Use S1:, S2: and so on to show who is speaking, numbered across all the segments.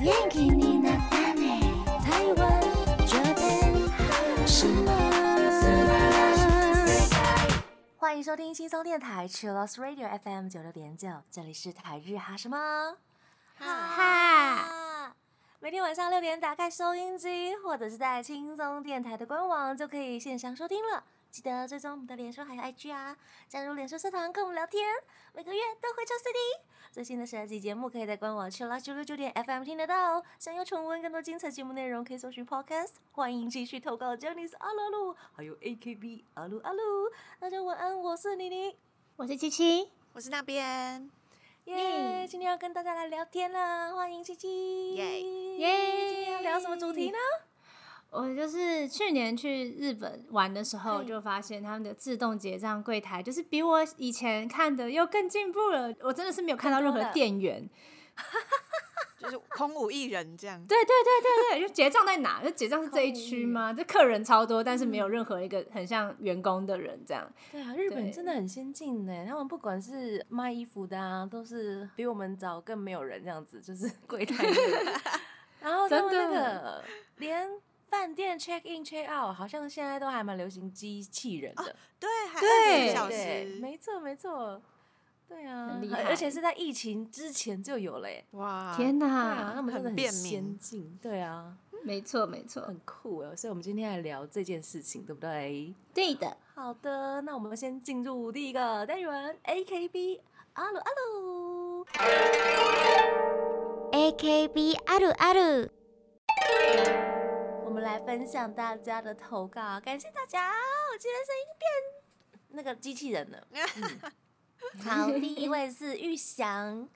S1: 元気になったね台湾 Japan 什么
S2: 欢迎收听轻松电台 Chillus Radio FM 九六点九，这里是台日哈什么哈。每天晚上六点打开收音机，或者是在轻松电台的官网就可以线上收听了。记得追踪我们的脸书还有 IG 啊，加入脸书社团跟我们聊天，每个月都会抽 CD。最新的十二集节目可以在官网 Chillus 九六九点 FM 听得到哦。想要重温更多精彩节目内容，可以搜寻 Podcast。欢迎继续投稿 j e n n y 阿鲁阿鲁，还有 AKB 阿鲁阿鲁。大家晚安，我是妮妮。
S3: 我是七七，
S4: 我是那边，
S2: 耶、今天要跟大家来聊天啦，欢迎七七。
S4: 耶
S2: 耶今天要聊什么主题呢？
S3: 我就是去年去日本玩的时候，就发现他们的自动结账柜台就是比我以前看的又更进步了。我真的是没有看到任何
S2: 更多了
S3: 店员，
S4: 就是空无一人这样。
S3: 对对对对对，就结账在哪？就结账是这一区吗？这客人超多，但是没有任何一个很像员工的人这样。
S2: 对啊，日本
S3: 对
S2: 真的很先进呢，他们不管是卖衣服的啊，都是比我们早更没有人这样子，就是 柜台的 人。然后他们那
S3: 真的
S2: 个连饭店 check in check out，好像现在都还蛮流行机器人
S3: 啊
S2: 的。
S4: 对，还二十
S3: 对
S4: 小
S2: 对，
S4: 时，
S2: 没错没错，对啊
S3: 很厉，
S2: 而且
S3: 害
S2: 是在疫情之前就有了耶。
S4: 哇，
S3: 天
S2: 对啊，他
S3: 哪，
S2: 们真
S4: 很
S2: 的很
S4: 便民
S2: 先进，对啊，
S3: 没错没错
S2: 很，酷哎。所以我们今天来聊这件事情，对不对？
S3: 对的。
S2: 好的，那我们先进入第一个单元 AKB 阿鲁阿鲁。
S1: AKB あるある
S2: 我们来分享大家的投稿，啊感谢大家！我今天声音变那个机器人了。嗯好，第一位是玉祥，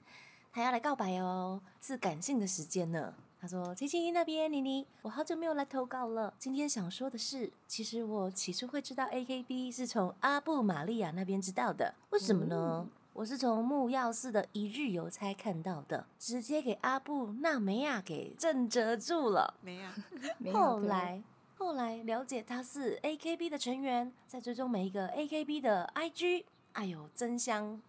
S2: 他要来告白哦，是感性的时间呢。他说：“七七那边，妮妮，我好久没有来投稿了。今天想说的是，其实我起初会知道 AKB 是从阿布玛利亚那边知道的，为什么呢？我是从木曜寺的一日邮差看到的，直接给阿布纳梅亚给震折住了。”
S4: 没啊，
S3: 没有
S2: 后
S3: 对
S2: 来，后来了解他是 AKB 的成员，在追踪每一个 AKB 的 IG，哎呦，真香！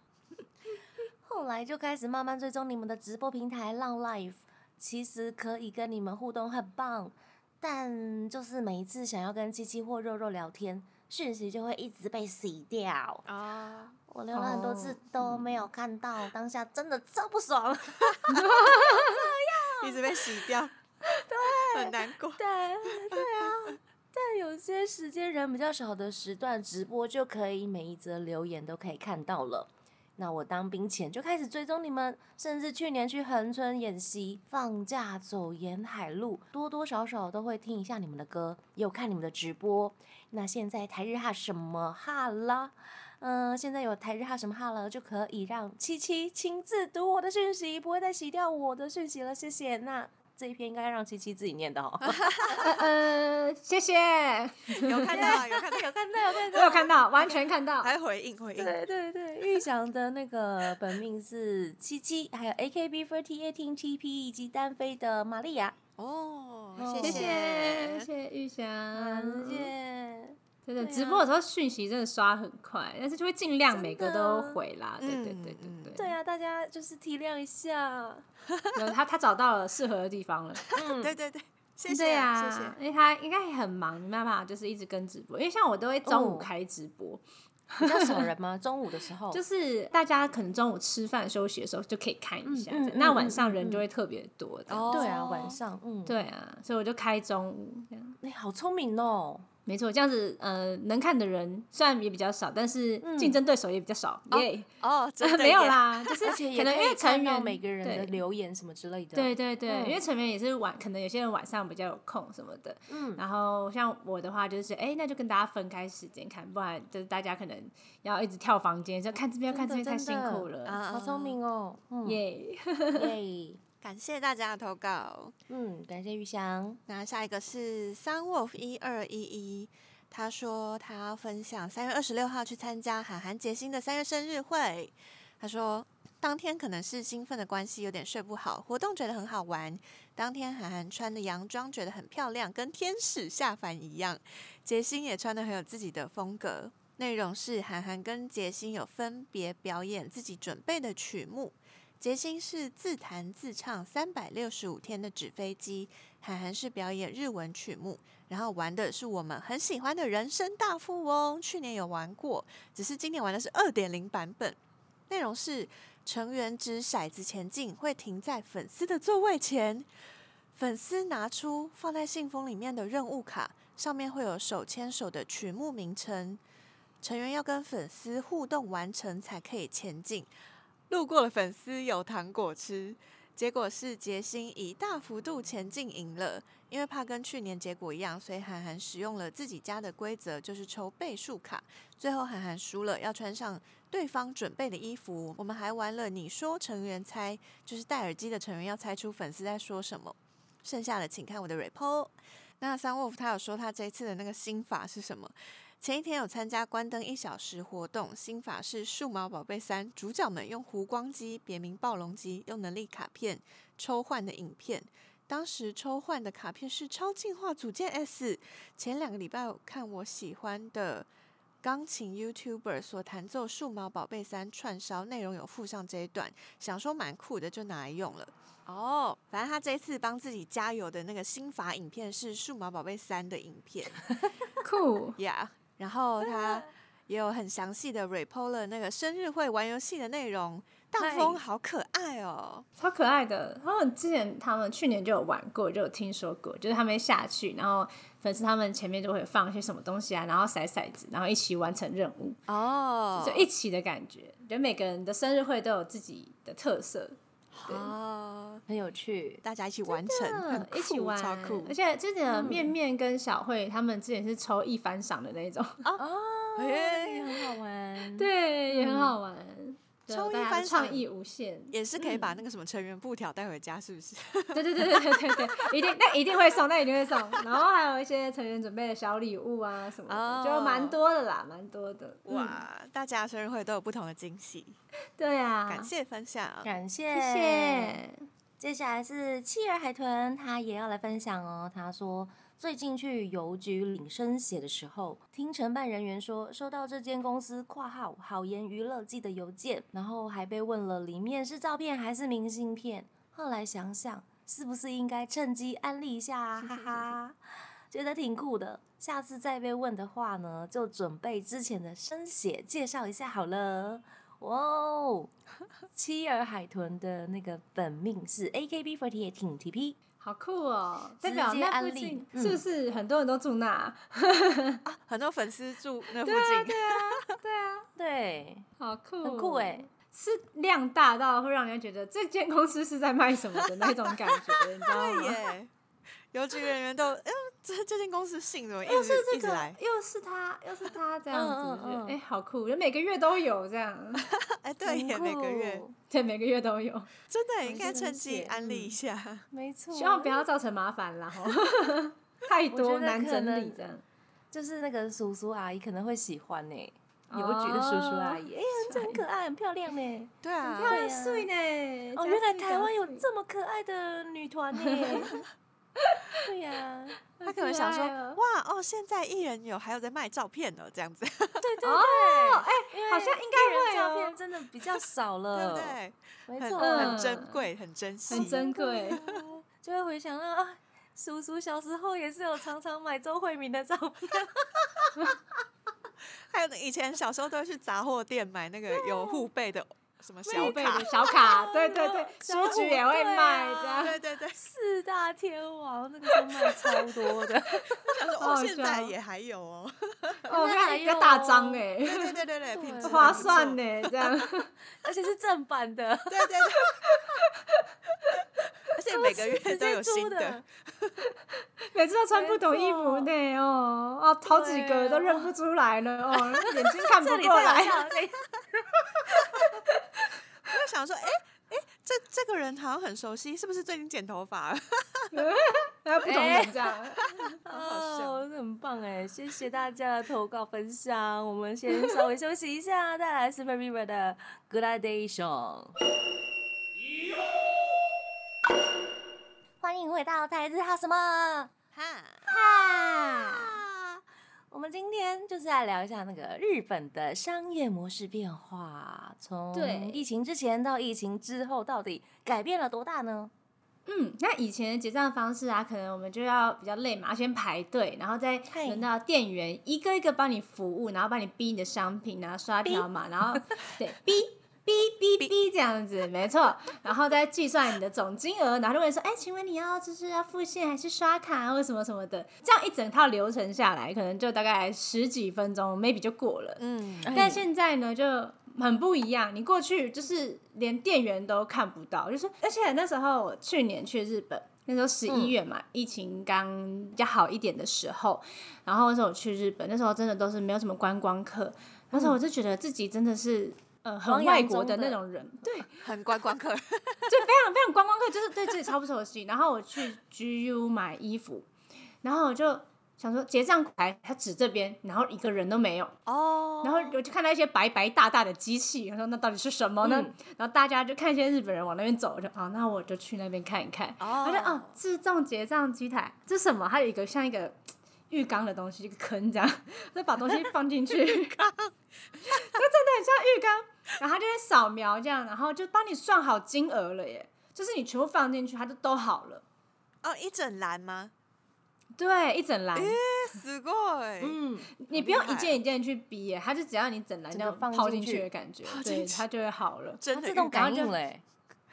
S2: 后来就开始慢慢追踪你们的直播平台浪 Life，其实可以跟你们互动很棒，但就是每一次想要跟七七或肉肉聊天，讯息就会一直被洗掉。
S4: 哦，
S2: 我留了很多次
S3: 哦
S2: 都没有看到，当下真的超不爽。
S4: 一直被洗掉，对，很难过。
S2: 对对啊，在有些时间人比较少的时段，直播就可以每一则留言都可以看到了。那我当兵前就开始追踪你们，甚至去年去横村演习，放假走沿海路，多多少少都会听一下你们的歌，也有看你们的直播。那现在台日哈什么哈啦？嗯、现在有台日哈什么哈了，就可以让七七亲自读我的讯息，不会再洗掉我的讯息了，谢谢。那这一篇应该让七七自己念的哦。
S3: 呃呃，谢 谢，我
S4: 有看到啊，有看到，
S2: 有看到，有看到，
S3: 有看到，完全 看到。
S2: 哎
S4: 还回应回应，
S2: 对对对，玉祥的那个本命是七七，还有 AKB48 Team TP 以及单飞的玛利亚。
S4: 哦，
S3: 谢
S4: 谢
S3: 谢谢，谢玉
S2: 感
S3: 祥，
S2: 嗯谢，
S3: 真的
S2: 对啊
S3: 直播的时候讯息真的刷很快，但是就会尽量每个
S2: 真的
S3: 都
S2: 啊
S3: 回啦。对对
S4: 嗯
S3: 对对
S4: 嗯
S3: 对，
S2: 对啊，大家就是体谅一下。
S3: 有他他找到了适合的地方了。
S2: 嗯，
S4: 对对对，谢谢，
S3: 对
S4: 谢
S3: 啊，
S4: 谢，
S3: 因为他应该也很忙，没办法，就是一直跟直播。因为像我都会中午
S2: 哦
S3: 开直播，
S2: 比较少人吗？中午的时候，
S3: 就是大家可能中午吃饭休息的时候就可以看一下，
S2: 嗯嗯
S3: 这样那
S2: 嗯
S3: 晚上
S2: 嗯
S3: 人就
S2: 嗯
S3: 会特别多。这样
S4: 哦
S2: 对啊，晚上，嗯，，
S3: 对啊，所以我就开中午这样。
S2: 你好聪明哦。
S3: 没错，这样子呃，能看的人虽然也比较少，但是
S2: 嗯
S3: 竞争对手也比较少，耶、
S4: 哦，真的
S3: 没有
S4: 耶，
S3: 啦，就是啊
S2: 而且也
S3: 可能因
S2: 以
S3: 为
S2: 看
S3: 成
S2: 到
S3: 员
S2: 每个人的
S3: 对
S2: 留言什么之类的。，
S3: 对对对，
S2: 嗯
S3: 因为成员也是晚，可能有些人晚上比较有空什么的。
S2: 嗯，
S3: 然后像我的话，就是哎、那就跟大家分开时间看，不然就是大家可能要一直跳房间，就看这边要看这
S2: 真的
S3: 边太辛
S2: 真的
S3: 苦了，
S4: 啊
S2: 好聪，明哦。嗯，
S3: 耶、
S2: 耶，
S4: 感谢大家的投稿。
S2: 嗯，感谢玉祥。
S4: 那下一个是 Sunwolf 一二一一，他说他要分享三月二十六号去参加韩寒杰星的三月生日会。他说当天可能是兴奋的关系，有点睡不好，活动觉得很好玩。当天韩寒穿的洋装觉得很漂亮，跟天使下凡一样。杰星也穿的很有自己的风格。内容是韩寒跟杰星有分别表演自己准备的曲目，杰星是自弹自唱三百六十五天的纸飞机，韩寒是表演日文曲目，然后玩的是我们很喜欢的人生大富翁，去年有玩过，只是今年玩的是二点零版本。内容是成员掷骰子前进，会停在粉丝的座位前，粉丝拿出放在信封里面的任务卡，上面会有手牵手的曲目名称，成员要跟粉丝互动完成才可以前进。路过的粉丝有糖果吃，结果是杰星以大幅度前进赢了。因为怕跟去年结果一样，所以韩寒使用了自己家的规则，就是抽倍数卡。最后韩寒输了，要穿上对方准备的衣服。我们还玩了你说成员猜，就是戴耳机的成员要猜出粉丝在说什么。剩下的请看我的 report。那三 wolf 他有说他这一次的那个心法是什么？前一天有参加关灯一小时活动，新法是《数码宝贝三》，主角们用弧光机（别名暴龙机）用能力卡片抽换的影片。当时抽换的卡片是超进化组件 S。前两个礼拜有看我喜欢的钢琴 YouTuber 所弹奏《数码宝贝三》串烧，内容有附上这一段，想说蛮酷的，就拿来用了。哦，反正他这一次帮自己加油的那个新法影片是《数码宝贝三》的影片。
S3: 酷
S4: Yeah，然后
S3: 嗯
S4: 他也有很详细的 report 了那个生日会玩游戏的内容。大
S2: 嗨
S4: 风好可爱哦，
S3: 超可爱的。他们之前他们去年就有玩过，就有听说过，就是他们下去，然后粉丝他们前面就会放一些什么东西啊，然后骰骰子，然后一起完成任务，
S4: 哦
S3: 就一起的感觉。觉得每个人的生日会都有自己的特色，
S4: 哦，
S2: 很有趣。
S4: 大家一起完成，很酷
S3: 嗯一起玩，
S4: 超酷嗯
S3: 而。且之前的面面跟小慧他们之前是抽一番赏的那种，
S4: 嗯
S2: 哦，
S4: 哎
S2: 也很好玩。，
S3: 对，也很好玩。对
S4: 嗯抽一
S3: 大家
S4: 番赏
S3: 创意 无限，
S4: 也是可以
S3: 嗯
S4: 把那个什么成员布条带回家，是不是？
S3: 对对对对对对对，一定那一定会送，那一定会送。然后还有一些成员准备的小礼物啊什么
S4: 哦
S3: 的，就蛮多的啦，蛮多的。嗯，
S4: 哇，大家生日会都有不同的惊喜，
S3: 对啊，
S4: 感谢分享。
S2: 感谢，
S3: 谢谢。
S2: 接下来是妻儿海豚，他也要来分享哦。他说，最近去邮局领生写的时候，听承办人员说收到这间公司（括号好言娱乐寄的邮件），然后还被问了里面是照片还是明信片。后来想想，是不是应该趁机安利一下啊？哈哈，觉得挺酷的。下次再被问的话呢，就准备之前的生写介绍一下好了。哇 哦！妻儿海豚的那个本命是 AKB48 挺 TP，
S3: 好酷哦！代
S2: 直
S3: 表
S2: 接
S3: 那
S2: 安
S3: 附
S2: 利
S3: 近
S2: 嗯
S3: 是不是很多人都住那啊？
S4: 很多粉丝住那附近，
S2: 对，
S3: 啊好酷，哦
S2: 很酷
S4: 欸
S2: 哎、
S3: 是量大到会让人觉得这间公司是在卖什么的那种感觉，你知道
S4: 对
S3: 吗？
S4: 耶。邮局人员都，哎呦，这这间公司信怎么一
S3: 哦又是
S4: 直一
S3: 这
S4: 直
S3: 个
S4: 来，？
S3: 又是他，又是他这样
S2: 嗯
S3: 子，
S2: 嗯
S3: 就觉得
S2: 嗯
S3: 哎，好酷！就每个月都有这样，
S4: 哎，对耶，
S2: 很
S4: 每个
S2: 酷
S4: 月，
S3: 对，每个月都有，
S4: 真的应该
S2: 是很
S4: 趁机
S2: 写
S4: 安
S3: 嗯
S4: 利一下。
S2: 没错，
S3: 希望不要造成麻烦啦，吼 太
S2: 我觉
S3: 多
S2: 得
S3: 难
S2: 可
S3: 整理
S2: 能
S3: 这样。
S2: 就是那个叔叔阿姨可能会喜欢呢、欸邮局的叔叔阿姨，哎、这很可爱，很漂亮呢、欸
S4: 对啊，
S3: 漂亮碎呢！
S2: 哦，
S3: 加
S2: 原来
S3: 碎
S2: 台湾有
S3: 加碎
S2: 这么可爱的女团呢、对呀、
S4: 他可能想说
S3: 很可爱哦，
S4: 哇哦，现在艺人有还有在卖照片呢，这样子，
S2: 对对对，
S3: 哦，哎，
S2: 因为
S3: 好像应该
S2: 艺人
S3: 会
S2: 照
S3: 哦
S2: 片真的比较少
S4: 对
S2: 了，
S4: 不对？
S2: 没
S4: 很
S2: 错，
S3: 嗯
S4: 啊很珍贵，很珍惜，
S3: 呃很珍贵，
S2: 就会回想到啊，叔叔小时候也是有常常买周慧敏的照片，
S4: 还有以前小时候都会去杂货店买那个有护背的什么小
S3: 小贝
S4: 卡
S3: 的，小卡，对对 对，
S2: 小
S3: 书局
S2: 虎
S3: 也会
S2: 队
S3: 卖
S2: 啊
S3: 这样。
S4: 对对对，
S2: 四大天王那个时候卖超多的，
S4: 想说
S3: 好
S4: 哦，
S3: 好
S4: 现在
S3: 笑
S4: 也还有 哦，
S3: 哦，
S2: 那
S3: 那
S2: 还
S3: 一个
S2: 有
S3: 大张哎、
S4: 对对对对对，品质
S2: 对
S4: 很
S3: 划
S4: 不错
S3: 算，呢，这样
S2: 而且是正版的，
S4: 对对对，而且 每个月
S2: 直
S4: 都
S2: 接
S4: 有新
S2: 租
S4: 的
S2: 的，，
S3: 每次都穿不同衣服呢，哦哦，好几个
S2: 对
S3: 都认不出来了哦，眼睛看不
S2: 这里
S3: 过
S2: 都有
S3: 来，
S2: 照片，
S4: 我就想说，哎哎，这这个人好像很熟悉，是不是最近剪头发了？
S3: 然后不同人 这样，
S4: 好好笑
S2: 哦，很棒哎，谢谢大家的投稿分享，我们先稍微休息一下，带来 Super River 的 Gradation。欢迎回到台日哈什么？
S4: 哈，
S3: 哈，
S2: 啊，我们今天就是来聊一下那个日本的商业模式变化，从
S3: 对
S2: 疫情之前到疫情之后，到底改变了多大呢？
S3: 嗯，那以前的结账方式啊，可能我们就要比较累嘛，要先排队，然后再
S2: 嗨
S3: 轮到店员一个一个帮你服务，然后帮你逼你的商品，然后刷条码，然后对逼。逼逼逼这样子，没错，然后再计算你的总金额，然后就问说，哎、请问你要就是要付现还是刷卡啊或什么什么的，这样一整套流程下来，可能就大概十几分钟，maybe 就过了。
S4: 嗯，
S2: 哎
S3: 但现在呢，就很不一样。你过去就是连店员都看不到，就是而且那时候我去年去日本，那时候十
S2: 嗯
S3: 一月嘛，疫情刚比较好一点的时候，然后那时候我去日本，那时候真的都是没有什么观光客，那时候我就觉得自己真的是。呃，
S2: 嗯
S3: 很
S2: 汪洋
S3: 外国的
S2: 中的
S3: 那种人，对，就
S4: 很观光客，
S3: 非常非常观光客，就是对自己超不熟悉。然后我去 GU 买衣服，然后我就想说结账台，他指这边，然后一个人都没有，
S4: 哦，
S3: 然后我就看到一些白白大大的机器，然后那到底是什么呢？然后大家就看一些日本人往那边走，我就啊，那我就去那边看一看。
S4: 哦
S3: 他就哦，自动结账机台，这是什么？它有一个像一个浴缸的东西，一个坑这样，就把东西放进去， 浴缸，就真的很像浴缸。然后它就会扫描这样，然后就帮你算好金额了耶，就是你全部放进去，它就都好了。
S4: 哦一整篮 吗？
S3: 对，一整篮，
S4: すごい，
S2: 嗯，
S3: 你不
S4: 厉
S3: 用一
S4: 害
S3: 件一件去逼耶，它就只要你整篮这
S2: 整个
S3: 样
S2: 放
S3: 泡
S2: 进
S3: 进
S2: 去
S3: 去的感觉
S4: 泡，进
S3: 对，
S4: 去
S3: 它就会好了。
S4: 真
S2: 它
S4: 的
S2: 自动
S4: 浴
S2: 感
S4: 缸
S2: 应欸嘞，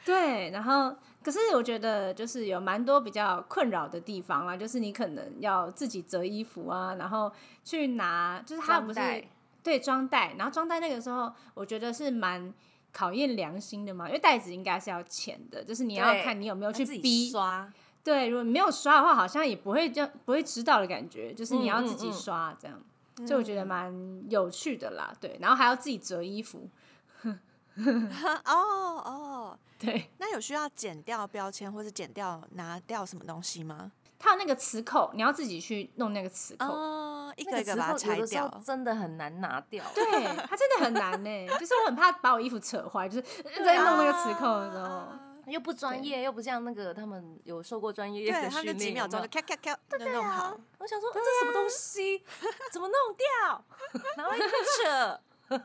S3: 对，然后可是我觉得就是有蛮多比较困扰的地方啦，就是你可能要自己折衣服啊，然后去拿，就是它
S2: 装
S3: 不是
S2: 袋
S3: 对装袋，然后装袋那个时候我觉得是蛮考验良心的嘛，因为袋子应该是要钱的，就是你要
S2: 对
S3: 看你有没有
S2: 它
S3: 去
S2: 自己
S3: 逼，
S2: 刷，
S3: 对，如果你没有刷的话，好像也不会就不会知道的感觉，就是你
S2: 嗯
S3: 要
S2: 嗯
S3: 自己
S2: 嗯
S3: 刷这样，所以我觉得蛮有趣的啦，对，然后还要自己折衣服，
S4: 哦哦，
S3: 对。
S4: 那有需要剪掉标签或者剪掉拿掉什么东西吗？
S3: 它有那个磁扣，你要自己去弄那个磁扣。
S4: 哦，一
S2: 那
S4: 个一
S2: 磁
S4: 个把它
S2: 扣有
S4: 拆
S2: 的时候
S4: 掉，
S2: 真的很难拿掉。
S3: 对，它真的很难呢、 就是我很怕把我衣服扯坏，就是呃在弄那个磁扣的时候。
S4: 啊
S2: 又不专业，又不像那个他们有受过专
S4: 对，
S2: 业的
S4: 他
S2: 训
S4: 就
S2: 练，
S4: 几秒钟
S2: 有啊
S4: 就
S2: 没有
S4: 咔咔咔就弄好，
S2: 我想说、这什么东西，怎么弄掉？然后一直扯，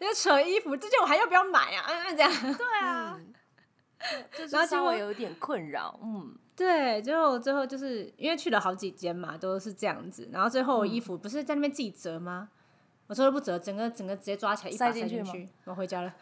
S3: 就扯衣服，这件我还要不要买啊？ 嗯，嗯这样。
S2: 对啊，
S4: 嗯
S2: 就是
S3: 然后结
S2: 稍
S3: 果
S2: 微有一点困扰，嗯，
S3: 对，最后最后就是因为去了好几间嘛，都是这样子。然后最后我衣服不是在那边自己折吗？我最后不折，整个整个直接抓起来一把
S2: 塞
S3: 塞
S2: 进去
S3: 进
S2: 吗
S3: 去，我回家了。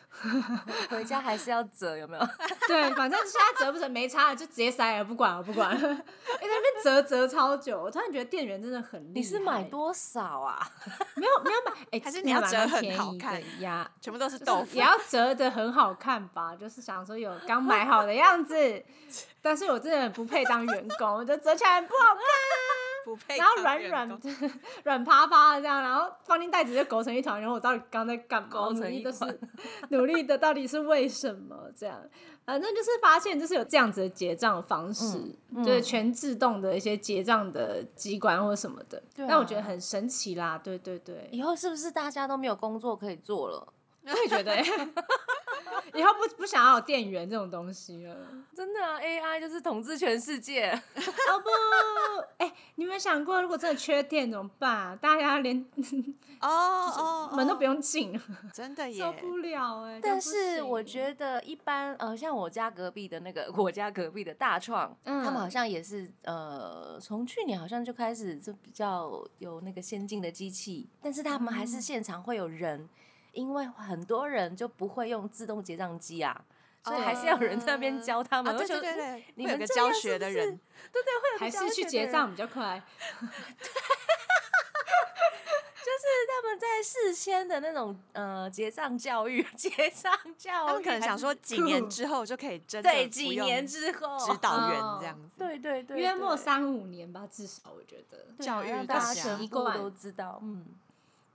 S2: 回家还是要折，有没有？
S3: 对，反正现在折不折没差了，就直接塞了，不管了，不管了。哎、 在那边折折超久，我突然觉得店员真的很厉害。
S2: 你是买多少啊？
S3: 没有没有买，哎、
S4: 还是
S3: 真
S4: 你
S3: 的
S4: 要
S3: 蛮
S4: 折很
S3: 便
S4: 好
S3: 宜
S4: 看
S3: 的呀？
S4: 全部都是
S3: 就是
S4: 豆腐
S3: 也，要折的很好看吧， 就是想说有刚买好的样 子，但是我真的很不配当员工，我就折起来很不好看，
S4: 不配
S3: 然后
S4: 当
S3: 软
S4: 员
S3: 软
S4: 工
S3: 软趴趴的这样，然后放进袋子就勾成一团，然后我到底刚在干嘛？
S2: 勾成
S3: 我努力
S2: 一
S3: 的
S2: 团
S3: 是 努力的到底是为什么？这样，反正就是发现就是有这样子的结账方式，
S2: 嗯
S3: 就是全自动的一些结账的机关或什么的，
S2: 对
S3: 那我
S2: 啊
S3: 觉得很神奇啦，对对对。
S2: 以后是不是大家都没有工作可以做了？
S3: 我也觉得、欸， 以后不不想要有店员这种东西了。
S2: 真的啊，AI 就是统治全世界，
S3: 哦不，哎、你有没有想过，如果真的缺电怎么办、大家连
S4: 哦哦，
S3: 门都
S4: 哦
S3: 不用进，
S4: 真的
S3: 受
S4: 耶，
S3: 不了哎、
S2: 但是我
S3: 得，
S2: 觉得一般，呃，像我家隔壁的那个，我家隔壁的大创，
S3: 嗯
S2: 他们好像也是，呃，从去年好像就开始就比较有那个先进的机器，但是他们还
S4: 嗯
S2: 是现场会有人，因为很多人就不会用自动结账机啊，所以还是要有人在那边教他们。
S4: 啊
S2: 我
S4: 对
S2: 觉
S4: 对
S2: 得
S4: 对
S2: 嗯
S4: 对，
S2: 你
S4: 会有
S2: 们
S4: 个
S2: 这
S4: 教
S2: 样是
S4: 学
S2: 不
S4: 的
S2: 是
S4: 人，
S2: 对对，会有
S3: 还
S2: 个教
S3: 是去
S2: 学
S3: 结
S2: 的
S3: 账
S2: 人，
S3: 比较快。
S2: 就是嗯他们在事先的那种呃结账教育、结账教育，
S4: 他们可能想说几年之后就可以真的
S2: 对
S4: 不
S2: 几
S4: 用
S2: 年之后，
S4: 指导员
S3: 哦
S4: 这样子，
S2: 对对对，
S3: 约莫
S2: 对
S3: 三五年吧，至少我觉得。
S2: 对啊
S4: 教育
S2: 让
S4: 大
S2: 大家
S4: 家
S2: 全
S3: 习
S2: 部
S3: 惯
S2: 都知道，嗯，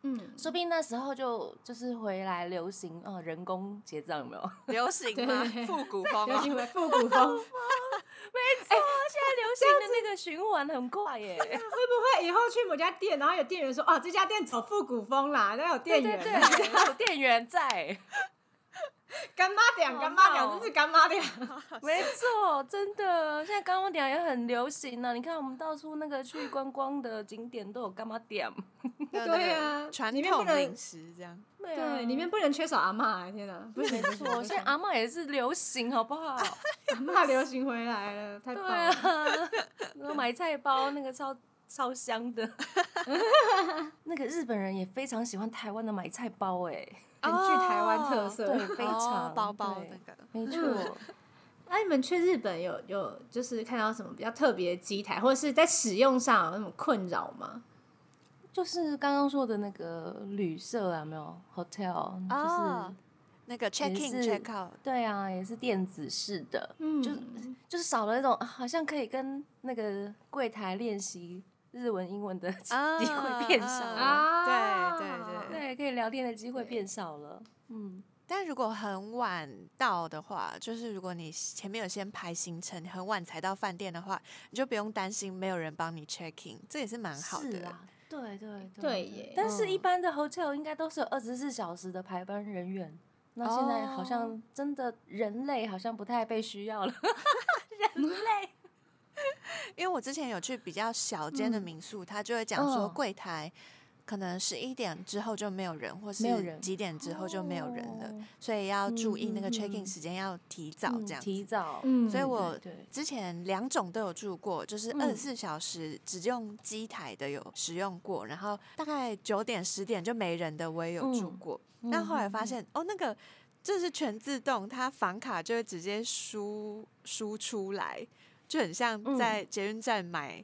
S3: 嗯，
S2: 说不定那时候就就是回来流行哦，人工结账有没有？
S4: 流行吗？
S3: 对
S4: 复古风
S3: 流 行
S4: 啊，
S3: 回复古风，
S2: 哎现在流行的那个循环很快耶，
S3: 会不会以后去某家店，然后有店员说：“哦，这家店走复古风啦，那有 店
S2: 对啊
S3: 员。
S2: 对对，有店员在，哦
S3: 干妈点，干妈点，这是干妈点。
S2: 没错，真的，现在干妈点也很流行呢、啊你看我们到处那个去观光的景点都有干妈点，
S3: 对啊
S4: 传
S3: 里面不
S4: 统
S3: 能
S4: 零食这样。
S2: 对啊
S3: 对，里面不能缺少阿妈，天哪，不
S2: 没
S3: 行，
S2: 错，现在阿嬷也是流行，好不 好？
S3: 阿妈流行回来了，太
S2: 对
S3: 棒
S2: 啊
S3: 了。，
S2: 然后买菜包那个超超香 的，那个日本人也非常喜欢台湾的买菜包、哎，
S3: 很具台湾特色
S2: 对， 非
S4: 哦
S2: 常
S4: 包包
S2: 对
S4: 那个，
S2: 没错，
S3: 那、啊你们去日本有有就是看到什么比较特别的机台，或者是在使用上有那种困扰吗？
S2: 就是刚刚说的那个旅社啊，没有 hotel，就是、
S3: 啊
S4: 哦那个 check in
S2: 是
S4: check out，
S2: 对啊，也是电子式的，
S3: 嗯，
S2: 就是就是少了那种啊好像可以跟那个柜台练习日文、英文的机
S4: 啊
S2: 机会变少了，
S3: 啊
S4: 对对对。
S2: 对，可以聊天的机会变少了。嗯，
S4: 但如果很晚到的话，就是如果你前面有先排行程，很晚才到饭店的话，你就不用担心没有人帮你 check in，这也是蛮好
S2: 是
S4: 的。
S2: 啊，对对
S3: 对耶
S2: 但是，一
S4: 嗯
S2: 般的 hotel 应该都是有二十四小时的排班人员。那现在好
S3: 哦
S2: 像真的人类好像不太被需要了，
S4: 因为我之前有去比较小间的民宿，他就会讲说
S2: 嗯
S4: 柜台可能十一点之后就没有人，或是
S2: 没有人
S4: 几点之后就没有人了，
S2: 哦
S4: 所以要注意那个
S2: 嗯嗯
S4: check in
S2: 嗯
S4: 时间要提早
S2: 嗯
S4: 这样子。
S2: 提早，
S3: 嗯
S4: 所以我
S2: 对对
S4: 之前两种都有住过，就是
S2: 嗯
S4: 二十四小时只用机台的有使用过，然后大概九点十点就没人的我也有住
S2: 嗯
S4: 过。
S2: 嗯
S4: 但后来发
S2: 嗯
S4: 现哦，那个这是全自动，它房卡就会直接输输出来，就很像
S2: 嗯
S4: 在捷运站买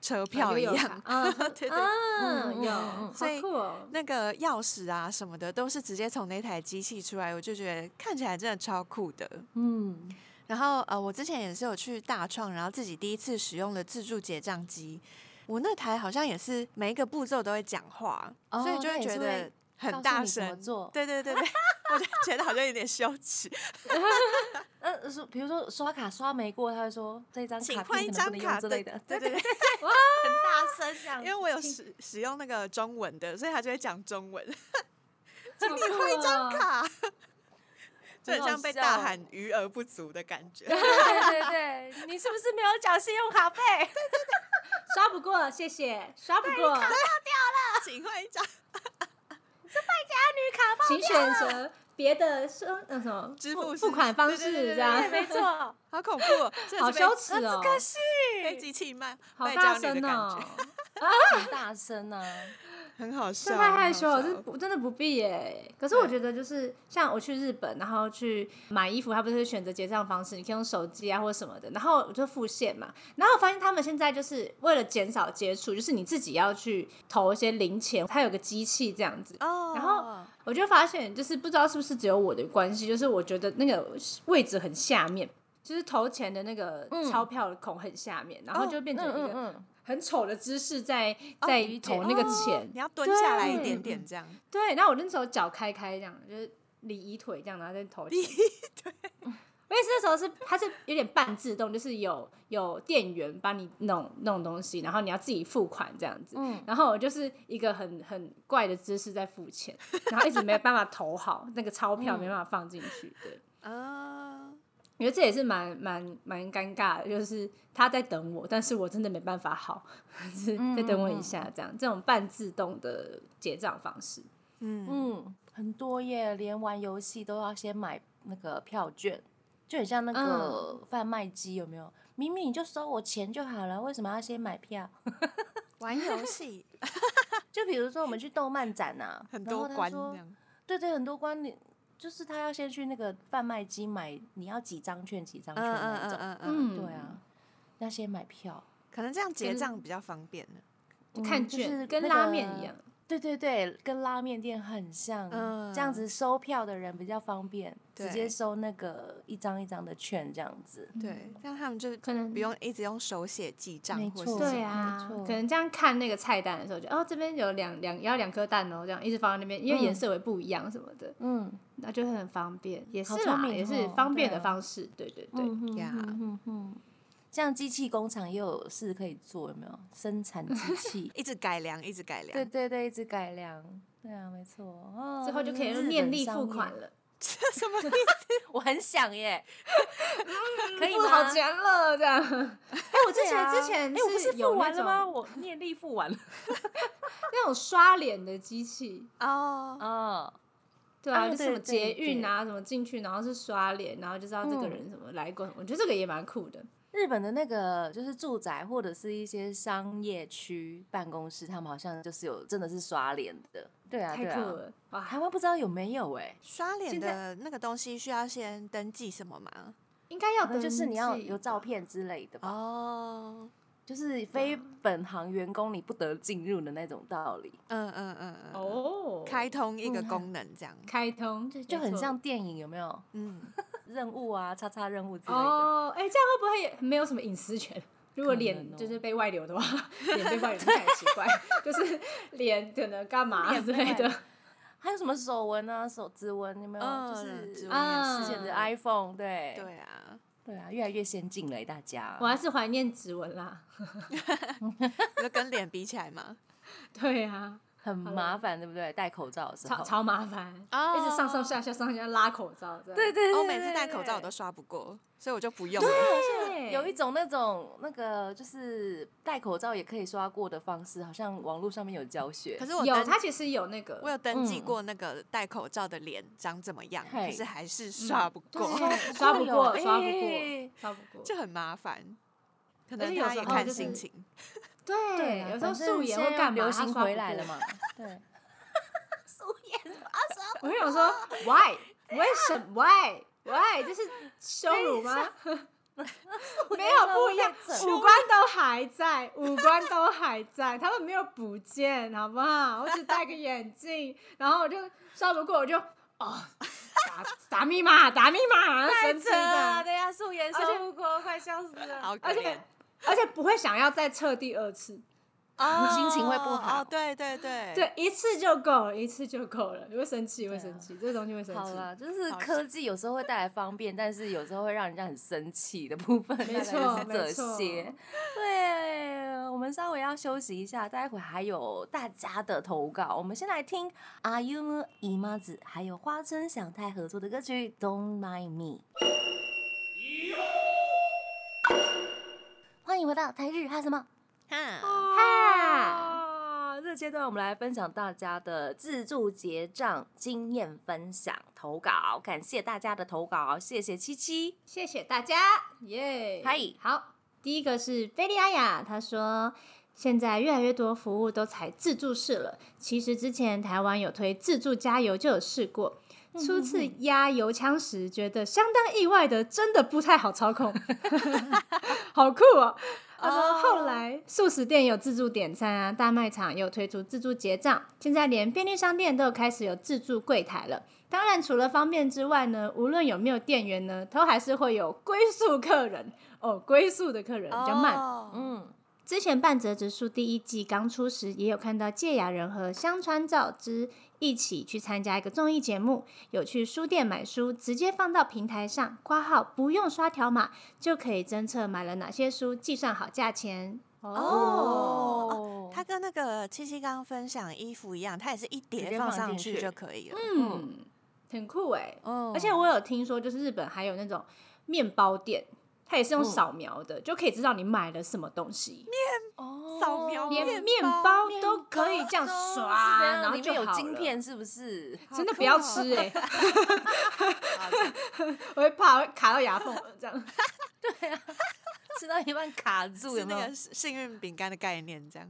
S4: 车票一
S3: 悠游
S4: 样
S3: 卡。啊
S4: 对对对
S3: 啊，
S2: 嗯
S3: 有，
S2: 嗯
S3: 好
S4: 所以
S3: 酷哦！
S4: 那个钥匙啊什么的都是直接从那台机器出来，我就觉得看起来真的超酷的。
S2: 嗯，
S4: 然后呃，我之前也是有去大创，然后自己第一次使用了自助结账机。我那台好像也是每一个步骤都会讲话，
S2: 哦
S4: 所以就
S2: 它也
S4: 觉
S2: 是
S4: 得
S2: 会告
S4: 很
S2: 诉
S4: 大
S2: 你怎么
S4: 声。
S2: 做
S4: 对对对对，我就觉得好像有点羞 耻。
S2: 呃，说比如说刷卡刷没过，他会说这张
S4: 请
S2: 卡
S4: 换
S2: 片
S4: 一
S2: 可能
S4: 张
S2: 不能
S4: 卡
S2: 用之类的，
S4: 对 对对，
S2: 大声这样
S4: 因 为我有使使用那个中文的，所以他就会讲中 文。
S3: 请
S4: 你换一张，卡，就很
S2: 好
S4: 像被大
S2: 笑
S4: 喊余额不足的感觉。
S2: 嗯对对对，你是不是没有缴信用卡费？
S3: 刷不过，谢谢，刷不过，
S4: 请换一张
S3: 请选择别的生那什么
S4: 支付
S3: 付
S4: 式
S3: 款方
S4: 对对对
S3: 式，
S4: 对
S3: 这样
S2: 对，没 错，
S4: 好恐怖、哦，真的
S3: 好
S4: 是被
S3: 羞 耻哦，
S2: 可惜，
S4: 被机器卖
S3: 好
S4: 卖
S3: 大
S4: 娇女的
S3: 声
S4: 感
S3: 哦
S4: 觉，，
S2: 很大声啊，
S4: 很好笑，
S3: 这太害羞
S4: 很
S3: 了，
S4: 好
S3: 这
S4: 笑
S3: 不真的不必耶。可是我觉得就是像我去日本，然后去买衣服，它不是选择结账方式，你可以用手机啊或什么的，然后我就付现嘛。然后我发现他们现在就是为了减少接触，就是你自己要去投一些零钱，它有个机器这样子。
S4: 哦。
S3: 然后我就发现，就是不知道是不是只有我的关系，就是我觉得那个位置很下面。就是投钱的那个
S2: 嗯
S3: 钞票的孔很下面，然后就变成一个
S2: 嗯哦
S3: 很丑的姿势在在
S2: 理解哦
S3: 投那个钱，
S4: 你要蹲下来一
S3: 对
S4: 点点这样，
S3: 对，然后我那时候脚开开这样，就是礼仪腿这样，然后再投钱。我也是那时候是，它是有点半自动，就是有有店员帮你弄弄东西，然后你要自己付款这样子。
S2: 嗯
S3: 然后我就是一个很很怪的姿势在付钱，然后一直没办法投好那个钞票，
S2: 嗯
S3: 没办法放进去。对，
S4: 啊，
S3: 我觉得这也是蛮蛮蛮尴尬的，就是他在等我，但是我真的没办法好， 就是
S2: 嗯
S3: 再等我
S2: 嗯
S3: 一
S2: 嗯
S3: 下这样，这种半自动的结账方式。
S4: 嗯，
S2: 嗯，很多耶，连玩游戏都要先买那个票券，就很像那个贩卖机有没有？明明你就收我钱就好了，为什么要先买票？
S4: 玩游戏
S2: 就比如说我们去动漫展啊，
S4: 很
S2: 然后
S4: 多
S2: 他
S4: 关
S2: 说
S4: 这样，
S2: 对对，很多关你就是他要先去那个贩卖机买，你要几张券几张
S4: 嗯
S2: 券
S4: 嗯
S2: 那一
S4: 嗯
S2: 种。
S4: 嗯嗯，
S3: 嗯，
S2: 对啊，要先买票，
S4: 可能这样结
S3: 就是
S4: 账比较方便呢。
S2: 嗯
S3: 看
S2: 就
S3: 卷，
S2: 是
S3: 跟
S2: 那
S3: 拉
S2: 个
S3: 面一样。
S2: 对对对，跟拉面店很像，
S4: 嗯
S2: 这样子收票的人比较方便，直接
S4: 对
S2: 收那个一张一张的券这样子。
S4: 对，嗯这样他们就
S3: 可能
S4: 不用一直用手写记账
S2: 没
S4: 或是
S2: 错
S4: 什
S3: 对
S4: 么
S3: 啊
S2: 没错，
S3: 可能这样看那个菜单的时候就，哦这边有两两要两颗蛋哦，这样一直放在那边，因为
S2: 嗯
S3: 颜色也不一样什么的，
S2: 嗯，
S3: 那就会很方便，也是
S2: 好聪
S3: 啦，
S2: 明
S3: 也是
S2: 哦
S3: 方便
S2: 对
S3: 的
S2: 啊
S3: 方式。对对对，
S2: 嗯
S4: 呀，
S2: 嗯嗯，像机器工厂也有事可以做，有没有？生产机器
S4: 一直改良，一直改良。
S2: 对对对，一直改良。对啊，没错。哦，
S3: 之后就可以
S2: 日
S3: 用念
S2: 本
S3: 力
S2: 商
S3: 付
S2: 业
S3: 款。了。
S4: 这 什么意思？
S2: 我很想耶，可以
S3: 嗯付
S2: 吗？
S3: 好钱了这样。 哎，我之
S2: 对
S3: 前
S2: 啊
S3: 之前
S2: 哎，我不是
S3: 有
S2: 付
S3: 那
S2: 完了
S3: 种
S2: 吗？我念力付 完了。
S3: 那种刷脸的机器，
S4: 哦，
S2: 嗯，
S3: 对啊，
S2: 啊
S3: 就什
S2: 对对
S3: 么
S2: 嗯
S3: 捷运啊，什么进去，然后是刷脸，然后就知道这个人什么来过，我觉得这个也蛮酷的。
S2: 日本的那个就是住宅或者是一些商业区办公室，他们好像就是有真的是刷脸的。对啊，
S3: 太
S2: 对
S3: 酷
S2: 啊。
S3: 了！哇，
S2: 台湾不知道有没有哎、
S4: 刷脸
S3: 现在
S4: 的那个东西需要先登记什么吗？
S3: 应该要
S2: 那就是你要
S3: 登记
S2: 有照片之类的吧，
S4: 哦，
S2: 就是
S3: 啊
S2: 非本行员工你不得进入的那种道理，
S4: 嗯嗯嗯嗯，嗯，
S3: 哦，
S4: 开通一个
S2: 嗯
S4: 功能这样，
S3: 开通，对，
S2: 就很像电影有没有
S4: 嗯，
S2: 任务啊、叉叉任务之类的。
S3: 哦。哎，这样会不会也没有什么隐私权？如果
S2: 可能
S3: 脸
S2: 哦
S3: 就是被外流的话，脸被外流太奇怪，就是脸可能干嘛
S2: 脸
S3: 之
S2: 被
S3: 类
S2: 外
S3: 的
S2: 流。还有什么手纹啊、手指纹有没有？
S4: 嗯
S2: 就是
S4: 指纹嗯
S3: 也
S2: 之
S3: 是
S2: 前的 iPhone，对
S4: 对啊，
S2: 对啊，越来越先进了，大家
S3: 我。还是怀念指纹啦。
S4: 就跟脸比起来嘛，
S3: 对啊，
S2: 很麻烦，对不对？戴口罩的时候
S3: 超，超麻烦，
S4: 哦
S3: 一直上上下下上上下下拉口罩这样。
S2: 对对对
S4: 哦我
S2: 对，
S4: 每次戴口罩我都
S2: 对
S4: 刷不过，所以我就不用了。
S3: 对，
S2: 有一种那种那个就是戴口罩也可以刷过的方式，好像网络上面有教学
S4: 可。是我
S3: 有，
S4: 登
S3: 它其实有那个，
S4: 我有登记
S2: 嗯
S4: 过那个戴口罩的脸长怎么样，可
S2: 嘿
S4: 是还是刷不过，
S3: 嗯
S2: 哦
S3: 对刷不过，
S2: 哎
S3: 刷不过，刷不过。
S4: 就很麻烦。可
S3: 而
S4: 能
S3: 且有
S4: 他
S3: 时
S4: 也
S3: 候
S4: 看
S3: 就是
S4: 心情，
S3: 对
S2: 啊
S3: 有时候
S2: 反正
S3: 素颜
S2: 现
S3: 或
S2: 在
S3: 干嘛，
S2: 流
S3: 他
S2: 行
S3: 刷不
S2: 回来了
S3: 过
S2: 嘛？对，素颜
S3: 我就想说，why？为什么？why？why？这是羞辱吗？ 没有不一样，五官都还在，五官都还在， 他们没有不见，好不好？我只戴个眼镜， 然后我就刷不过，我就哦，打打 密码，打密码，神奇的，
S2: 对呀，素颜
S3: 而且
S2: 刷不过，快笑死了。
S4: 好可
S3: 啊而
S4: 怜
S3: 且而且不会想要再测第二次，
S4: 哦
S2: 心情会不好
S4: 哦，对对对，
S3: 对，一次就够了，一次就够了，你会生气，会生气，这东西会生
S2: 好
S3: 气。
S2: 啦，就是
S4: 好
S2: 科技有时候会带来方便，但是有时候会让人家很生气的部分，
S3: 没错
S2: 大概就是
S3: 没错
S2: 这些。对，我们稍微要休息一下，待会还有大家的投稿。我们先来听阿 U 呢姨妈子还有花村想太合作的歌曲《Don't Mind Me》。欢迎回到台日哈什么？
S4: 哈，
S2: 哈，这阶段我们来分享大家的自助结账经验分享投稿，感谢大家的投稿，谢谢七七。
S3: 谢谢大家，耶、
S2: 嗨
S3: 好，第一个是菲利阿雅，她说。现在越来越多服务都采自助式了。其实之前台湾有推自助加油就有试过，初次压油枪时觉得相当意外的，真的不太好操控，好酷哦！他说后来素食店有自助点餐啊，大卖场也有推出自助结账，现在连便利商店都有开始有自助柜台了。当然，除了方便之外呢，无论有没有店员呢，都还是会有归宿客人哦，归宿的客人比较慢。
S4: 慢，
S2: 嗯，
S3: 之前《半泽直树》第一季刚出时，也有看到芥雅人和香川照之一起去参加一个综艺节目，有去书店买书，直接放到平台上挂号，不用刷条码就可以侦测买了哪些书，计算好价钱。
S4: 哦它跟那个七七刚刚分享衣服一样，它也是一叠
S2: 接
S4: 放
S2: 放
S4: 上
S2: 进
S4: 去
S2: 去
S4: 就可以了。
S3: 嗯，很酷哎、
S4: 嗯
S3: 而且我有听说，就是日本还有那种面包店，它也是
S2: 嗯
S3: 用扫描的，就可以知道你买了什么东西，
S2: 哦
S4: 扫描
S3: 连
S4: 面
S3: 面
S4: 包
S3: 包都可以这样刷，然后
S2: 里
S3: 就
S2: 面有
S3: 好
S2: 晶
S3: 了
S2: 片是不是？
S4: 好
S3: 真的
S4: 酷
S3: 不要
S4: 哦
S3: 吃哎、我会怕会卡到牙缝这样。
S2: 吃到一半 卡住
S4: 是
S2: 有没
S4: 那
S2: 有
S4: 个？幸运饼干的概念，这样。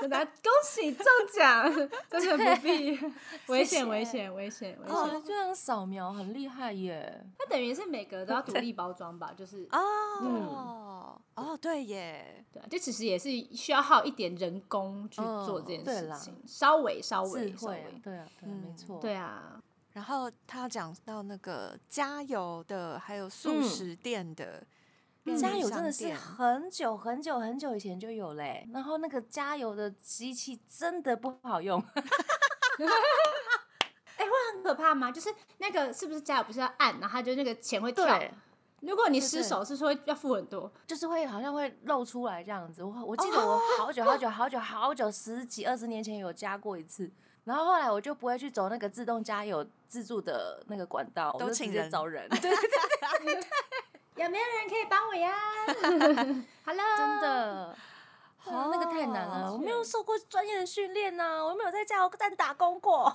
S3: 真的啊恭喜中奖，真的不必， 危险危险危险危
S2: 哦
S3: 险。，
S2: 这样扫描很厉害耶！
S3: 它等于是每个都要独立包装吧，就是
S4: 哦，哦，对耶，
S3: 对啊，就其实也是需要耗一点人工去做这件
S2: 嗯对
S3: 事
S2: 啦
S3: 情，稍微稍
S2: 智
S3: 微稍
S2: 慧啊
S3: 微，，
S2: 对啊，对啊，
S4: 嗯
S2: 没错，
S3: 对啊，
S4: 然后他要讲到那个加油的，还有素
S2: 嗯
S4: 食店的便利商
S2: 加
S4: 店，
S2: 油真的
S3: 嗯
S2: 是很久很久很久以前就有嘞、然后那个加油的机器真的不好用，
S3: 哎很可怕吗？就是那个是不是加油不是要按，然后它就那个钱会跳。如果你失手，是说要付很多，
S2: 就是会好像会露出哦来这样子。我我记得我好久好久好久好久十几二十年前有加过一次，然后后来我就不会去走那个自动加油自助的那个管道，我
S4: 都
S2: 就
S4: 请
S2: 直接
S4: 人
S2: 找 人。对对对，
S3: 有没有人可以帮我 呀？Hello，
S2: 真 的。哦，那个太难了，我没有受过专业的训练呐、我又没有在加油站打工过。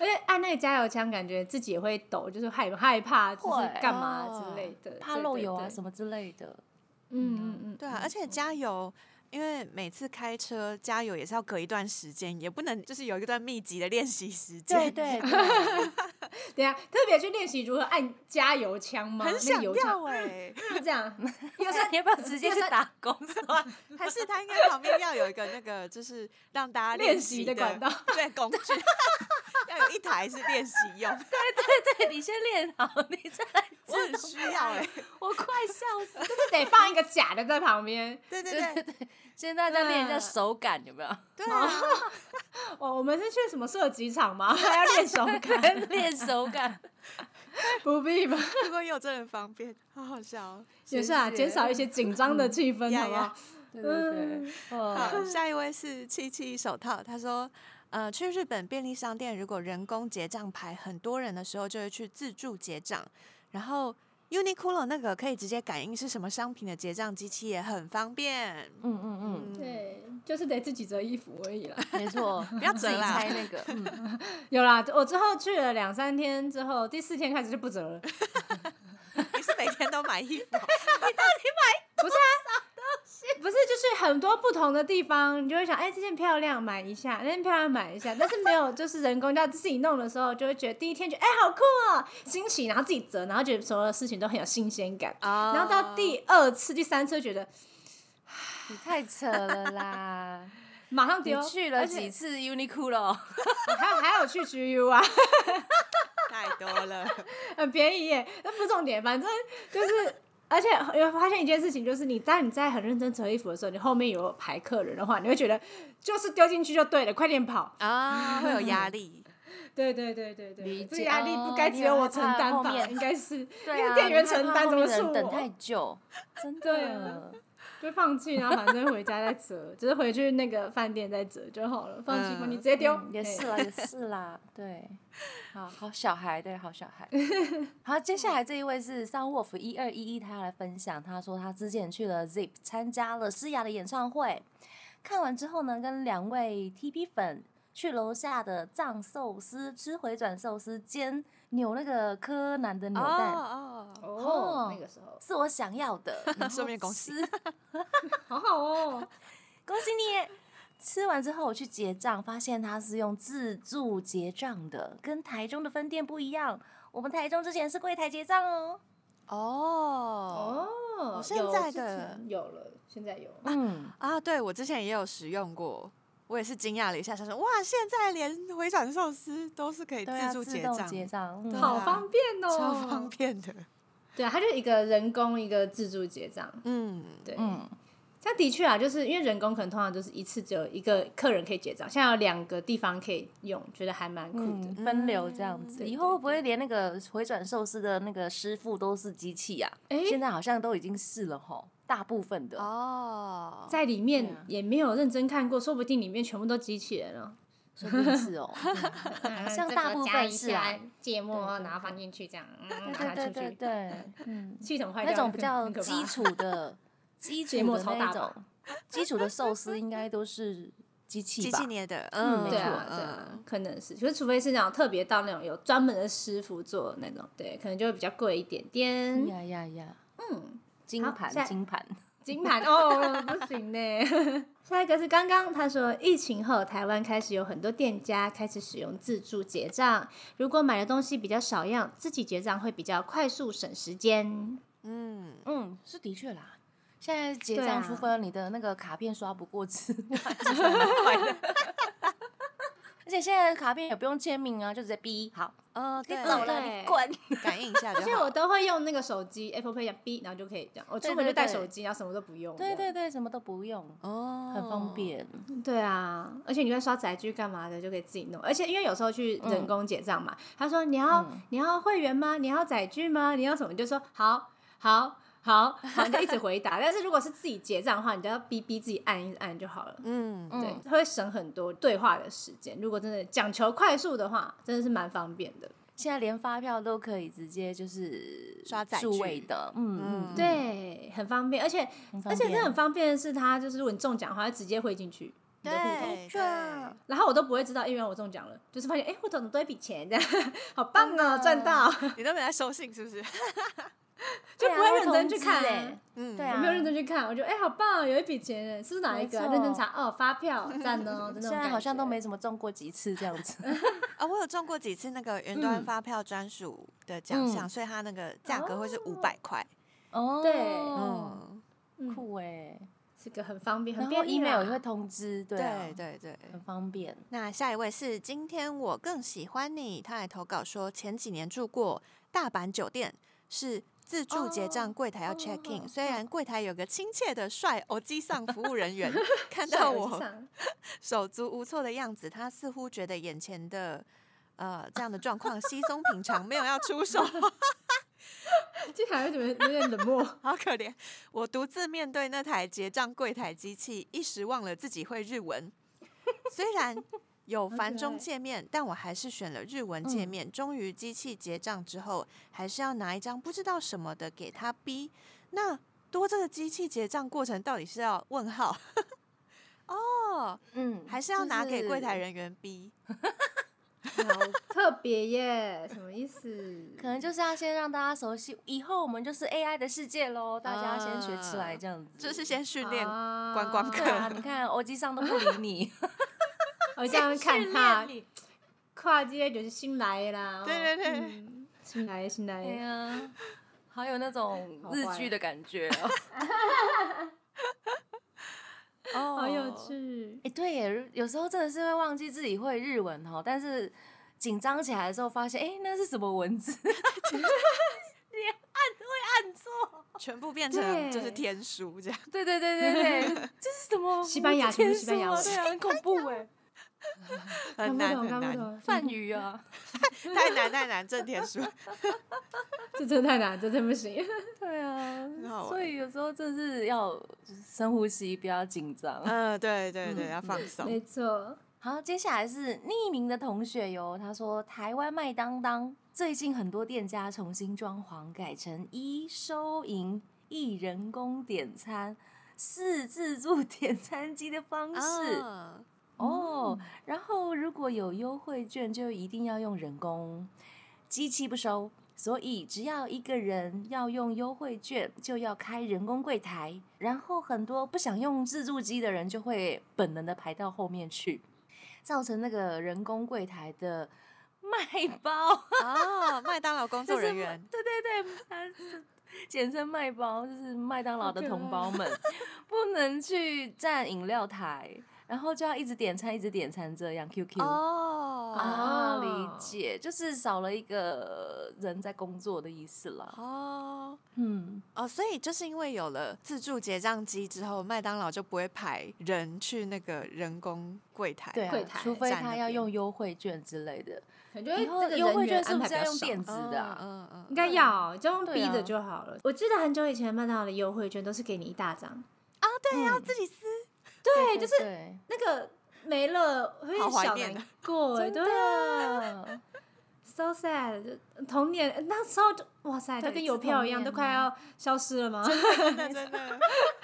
S3: 而且按那个加油枪，感觉自己也会抖，就是害害怕，就是
S2: 会
S3: 干嘛
S4: 哦
S3: 之类的，
S2: 怕漏油啊什
S3: 么。
S2: 么之类 的。
S3: 嗯嗯嗯，
S4: 对啊，而且加油，因为每次开车加油也是要隔一段时间，也不能就是有一段密集的练习时间。
S2: 对对对，
S3: 等一下啊特别去练习如何按加油枪吗？
S4: 很
S3: 那
S4: 想
S3: 油枪
S4: 要哎、
S3: 是 这样，
S2: 有时候你要不要直接去打工算？
S4: 还是他应该旁边要有一个那个，就是让大家
S3: 练
S4: 习
S3: 习的管道，
S4: 对工 具，要有一台是练习用，
S2: 对，你先练好，你再来
S4: 我很需要哎、
S2: 我快笑死！
S3: 就是得放一个假的在旁边。
S4: 对对
S2: 对
S4: 对
S2: 对对，先大家练一下手感，有没有？
S4: 对啊，
S3: 哦，我们是去什么射击场吗？还要练手感？
S2: 练手感，
S3: 不必吧，
S4: 如果有真的方便，好好笑哦。
S3: 也是啊，
S2: 谢谢嗯
S3: 减少一些紧张的气氛，
S4: 呀
S3: 好不好
S4: 呀？
S2: 对
S3: 嗯，
S2: 哦，
S4: 好，下一位是七七手套，他说。呃，去日本便利商店，如果人工结账排很多人的时候，就会去自助结账。然后 Uniqlo 那个可以直接感应是什么商品的结账机器，也很方便。
S2: 嗯嗯嗯，
S4: 嗯，
S3: 对，就是得自己折衣服而已啦。
S2: 没错， 不
S4: 要
S2: 自
S4: 折
S2: 己
S4: 啦
S2: 猜那个，嗯，
S3: 有啦，我之后去了两三天之后，第四天开始就不折 了。
S4: 你是每天都买衣服？
S3: 不是啊，不是，就是很多不同的地方，你就会想，哎、这件漂亮，买一下；那件漂亮，买一下。但是没有，就是人工要自己弄的时候，就会觉得第一天觉得，哎、好酷哦，新奇，然后自己折，然后觉得所有的事情都很有新鲜感。
S4: 哦
S3: 然后到第二次、第三次，觉得
S2: 你太扯了 啦！
S3: 马上
S2: 你
S3: 丢，
S2: 去了
S3: 而且
S2: 几次 Uniqlo？
S3: 还有还有去 GU 啊，
S4: 太多了，
S3: 很便宜耶。那不是重点，反正就是，而且有发现一件事情，就是你当你在很认真折衣服的时候，你后面有排客人的话，你会觉得就是丢进去就对了，快点跑。
S4: 啊，会有压力。
S3: 对对对对对，
S2: 理
S3: 这
S2: 解
S3: 压力
S2: 哦
S3: 不该只有我承
S2: 你有害
S3: 担
S2: 怕后
S3: 吧？
S2: 面
S3: 应该 是
S2: 对
S3: 那
S2: 啊，
S3: 个店员
S2: 你害
S3: 承
S2: 怕
S3: 担，
S2: 后
S3: 怎么
S2: 面
S3: 是
S2: 人等太
S3: 我？
S2: 久，真
S3: 对啊
S2: 的。
S3: 就放弃，然后反正回家再折，就是回去那个饭店再折就好了。放弃，
S4: 嗯
S3: 放弃，直接丢
S2: 嗯。也是
S3: 哎
S2: 啦，也是啦，对，好好小孩，对，好小孩。好，接下来这一位是 Sun Wolf 一二一一，他要来分享，他说他之前去了 Zip 参加了诗雅的演唱会，看完之后呢，跟两位 TP 粉去楼下的藏寿司吃回转寿司兼扭那个柯南的扭蛋。
S4: 哦哦，
S3: 哦
S2: 哦，
S3: 那个时候
S2: 是我想要的， 然
S4: 顺
S2: 后
S4: 便恭喜
S2: 吃
S3: 好好哦，
S2: 恭喜你！吃完之后我去结账，发现他是用自助结账的，跟台中的分店不一样。我们台中之前是柜台结账哦。
S4: 哦
S3: 哦，
S4: 现
S3: 有
S4: 在
S3: 之
S4: 的
S3: 前有了，现在有。
S2: 嗯，
S4: 啊，对我之前也有使用过，我也是惊讶了一下，想说哇，现在连回转寿司都是可以
S2: 对啊，
S4: 自助
S2: 自
S4: 结
S2: 动
S4: 账，
S2: 结账，
S4: 对
S2: 嗯，
S3: 好方便哦，
S4: 超方。便的。
S3: 对，啊它就一个人工，一个自助结账。
S4: 嗯，
S3: 对，
S2: 嗯，
S3: 像的确啊，就是因为人工可能通常就是一次只有一个客人可以结账，现在有两个地方可以用，觉得还蛮酷的。
S2: 嗯，分流这样子，
S3: 对
S2: 以
S3: 对
S2: 后会不会连那个回转寿司的那个师傅都是机器啊？
S3: 诶
S2: 现在好像都已经是了吼，大部分的。
S4: 哦，
S3: 在里面
S2: 对啊
S3: 也没有认真看过，说不定里面全部都机器人 了。
S2: 说不定是哦，
S3: 嗯
S2: 好像大部分是啊，
S3: 芥末
S2: 对对对
S3: 然后放进去这样，嗯
S2: 对
S3: 拿
S2: 对对
S3: 出
S2: 对
S3: 去，
S2: 对，嗯，
S3: 系统坏掉
S2: 那种
S3: 就
S2: 比较
S3: 更可怕
S2: 基础的、基础
S3: 芥末
S2: 的
S3: 超
S2: 那
S3: 大
S2: 一种
S3: 吧
S2: 基础的寿司，应该都是机器
S4: 机
S2: 吧
S4: 器？捏的，
S2: 没
S4: 嗯，
S3: 对
S2: 错
S3: 啊，对啊，可能是，就是除非是那种特别到那种有专门的师傅做的那种，对，可能就会比较贵一点点。
S2: 呀呀呀！
S3: 嗯，
S2: 嗯金
S3: 好
S2: 盘
S3: 下一
S2: 金盘，
S3: 金盘哦，不行呢。 下一个是刚刚他说，疫情后台湾开始有很多店家开始使用自助结账，如果买的东西比较少样，自己结账会比较快速省时间。
S4: 嗯，
S2: 嗯，是的确啦。现在结
S3: 对
S2: 账，
S3: 啊
S2: 除非你的那个卡片刷不过之外， 而且现在的卡片也不用签名啊，就直接逼好，
S4: 哦，
S2: 你
S4: 对，
S2: 走了，
S3: 对
S2: 你滚。
S4: 感应一下就
S3: 而且我
S4: 好。
S3: 都会用那个手机 Apple Pay 讲 B，然后就可以这样。我出门就带手机，然后什么都不用。
S2: 对对对，什么都不用，
S4: 哦，
S2: 很方。便。
S3: 对啊，而且你会刷载具干嘛的，就可以自己弄。而且因为有时候去人工结账嘛，他说你要、
S2: 嗯
S3: 你要会员吗？你要载具吗？你要什么？你就说好好好，好，你就一直回 答。但是如果是自己结账的话，你就要逼逼自己按一按就好了。
S4: 嗯，
S3: 对，它会省很多对话的时间。如果真的讲求快速的话，真的是蛮方便的。
S2: 现在连发票都可以直接就是
S4: 刷载具
S2: 数位的，嗯
S4: 嗯
S2: 嗯，
S3: 对，很方便，而且
S2: 很方
S3: 而且
S2: 便
S3: 这很方便的是，它就是如果你中奖的话，它直接汇进去。你的户头
S2: 啊
S4: 对啊对，
S3: 然后我都不会知道，哎，原来我中奖了，就是发现，哎，我怎么多一笔钱，这样 好棒哦，赚到，
S2: 嗯
S4: 你都没在收信是不是？
S3: 就
S2: 对
S3: 不
S2: 啊
S3: 会认
S2: 会通
S3: 真去
S2: 知
S3: 看
S2: 欸
S3: 啊。
S4: 嗯，
S2: 对
S3: 我
S2: 啊
S3: 没有认真去看，我觉得哎、好棒，有一笔钱耶，是哪一个啊、
S2: 没错
S3: 认真查哦，发票赞 哦，真的。
S2: 虽然好像都没怎么中过几次这样子，
S4: 啊，我有中过几次那个云端发票专属的奖项，所以它那个价格会是五百块。
S2: 哦
S3: 对
S4: 嗯，
S3: 嗯
S2: 酷哎，
S3: 是个很方便、很
S2: 然
S3: 便
S2: 后
S3: 利啦
S2: email 也 会通知，对啊
S4: 对，对对。
S2: 很方便。
S4: 那下一位是今天我更喜欢你，他来投稿说前几年住过大阪酒店，是自助结账柜台要 check in，、虽然柜台有个亲切的帅欧基上服务人员，看
S3: 帅
S4: 到
S3: 我
S4: 我
S3: 上
S4: 手足无措的样子，他似乎觉得眼前的呃这样的状况稀松平常，没有要出手。
S3: 接下来怎么有点 冷漠？
S4: 好可怜，我独自面对那台结账柜台机器，一时忘了自己会日文。虽然有繁中界面，但我还是选了日文
S3: 嗯
S4: 界面。终于机器结账之后，还是要拿一张不知道什么的给他逼。那多这个机器结账过程到底是要问号？哦，
S2: 嗯，
S4: 还是要拿给柜台
S2: 就是
S4: 人员逼？
S3: 好特别耶，什么意思？
S2: 可能就是要先让大家熟悉，以后我们就是 AI 的世界喽，大家要先学起来这样子。
S4: 啊就是先训练观
S3: 观
S4: 光
S2: 对啊，
S4: 客
S2: 你看欧基上都不理 你，
S3: 我这样看他
S2: 训练你
S3: 跨界就是新来的啦，哦
S4: 对对对
S3: 嗯新来的新来
S2: 对
S3: 的，
S2: 哎呀，好有那种
S3: 好坏
S2: 日剧的感觉 哦。
S4: 哦
S3: 好有。趣
S2: 哎、。对耶，有时候真的是会忘记自己会日文哦，但是紧张起来的时候发现，哎、那是什么文字？
S4: 全部变成就是
S3: 对
S4: 天书这样。
S2: 对对对对对，这是什么？
S3: 西班牙全部西班牙文
S2: 文字天书啊对啊，很恐怖 哎，
S4: 很
S3: 看
S4: 难
S3: 不懂，
S4: 很
S3: 看不
S4: 难，
S3: 懂，
S2: 梵语啊，
S4: 太难太难，这天 书。
S3: 这真的太难，这真不行。
S2: 对啊
S4: 好，玩
S2: 所以有时候真是要就是深呼吸，不要紧张。
S4: 嗯，对对对，要放 松。
S3: 没错，
S2: 好，接下来是匿名的同学哟，他说台湾麦当当最近很多店家重新装潢，改成一收银一人工点餐。四自助点餐机的方式、
S4: 啊
S3: 嗯
S2: 哦，然后如果有优惠券，就一定要用人工，机器不收，所以只要一个人要用优惠券，就要开人工柜台，然后很多不想用自助机的人就会本能的排到后面去，造成那个人工柜台的卖包，
S4: 啊！麦当劳工
S2: 就
S4: 作
S2: 是
S4: 人 员
S2: 对对对，他是简称卖包，就是麦当劳的
S3: 好可爱
S2: 同胞们不能去占饮料台，然后就要一直点餐，一直点餐这样。QQ
S4: 哦
S2: 啊，
S3: 哦
S2: 理解，就是少了一个人在工作的意思啦。
S4: 哦
S2: 嗯，
S4: 哦，所以就是因为有了自助结账机之后，麦当劳就不会排人去那个人工柜台。
S2: 对
S3: 柜
S2: 啊，
S3: 台
S2: 除非
S4: 站那
S2: 他要
S4: 边
S2: 用优惠券之类的，
S3: 感觉
S2: 以后
S3: 这个
S2: 优惠
S3: 人员
S2: 券是
S3: 安
S2: 不
S3: 排
S2: 是要
S3: 比较
S2: 用
S3: 少
S2: 电子的啊？
S4: 嗯嗯
S3: 应该要，就用
S2: 对
S3: 逼
S2: 啊
S3: 的就好了。我记得很久以前麦当劳的优惠券都是给你一大张，
S4: 啊，对，要
S2: 嗯
S4: 自己撕。
S3: 对，就是
S2: 对
S3: 那个没了会
S4: 好怀
S3: 小
S4: 念
S3: 难过，
S2: 真
S3: 对啊
S2: 的，
S3: ，so sad 就。童年那时候就哇塞，
S2: 对
S3: 就跟邮票一样，
S2: 是
S3: 都
S2: 童年啊
S3: 快要消失了吗？
S4: 真的真的，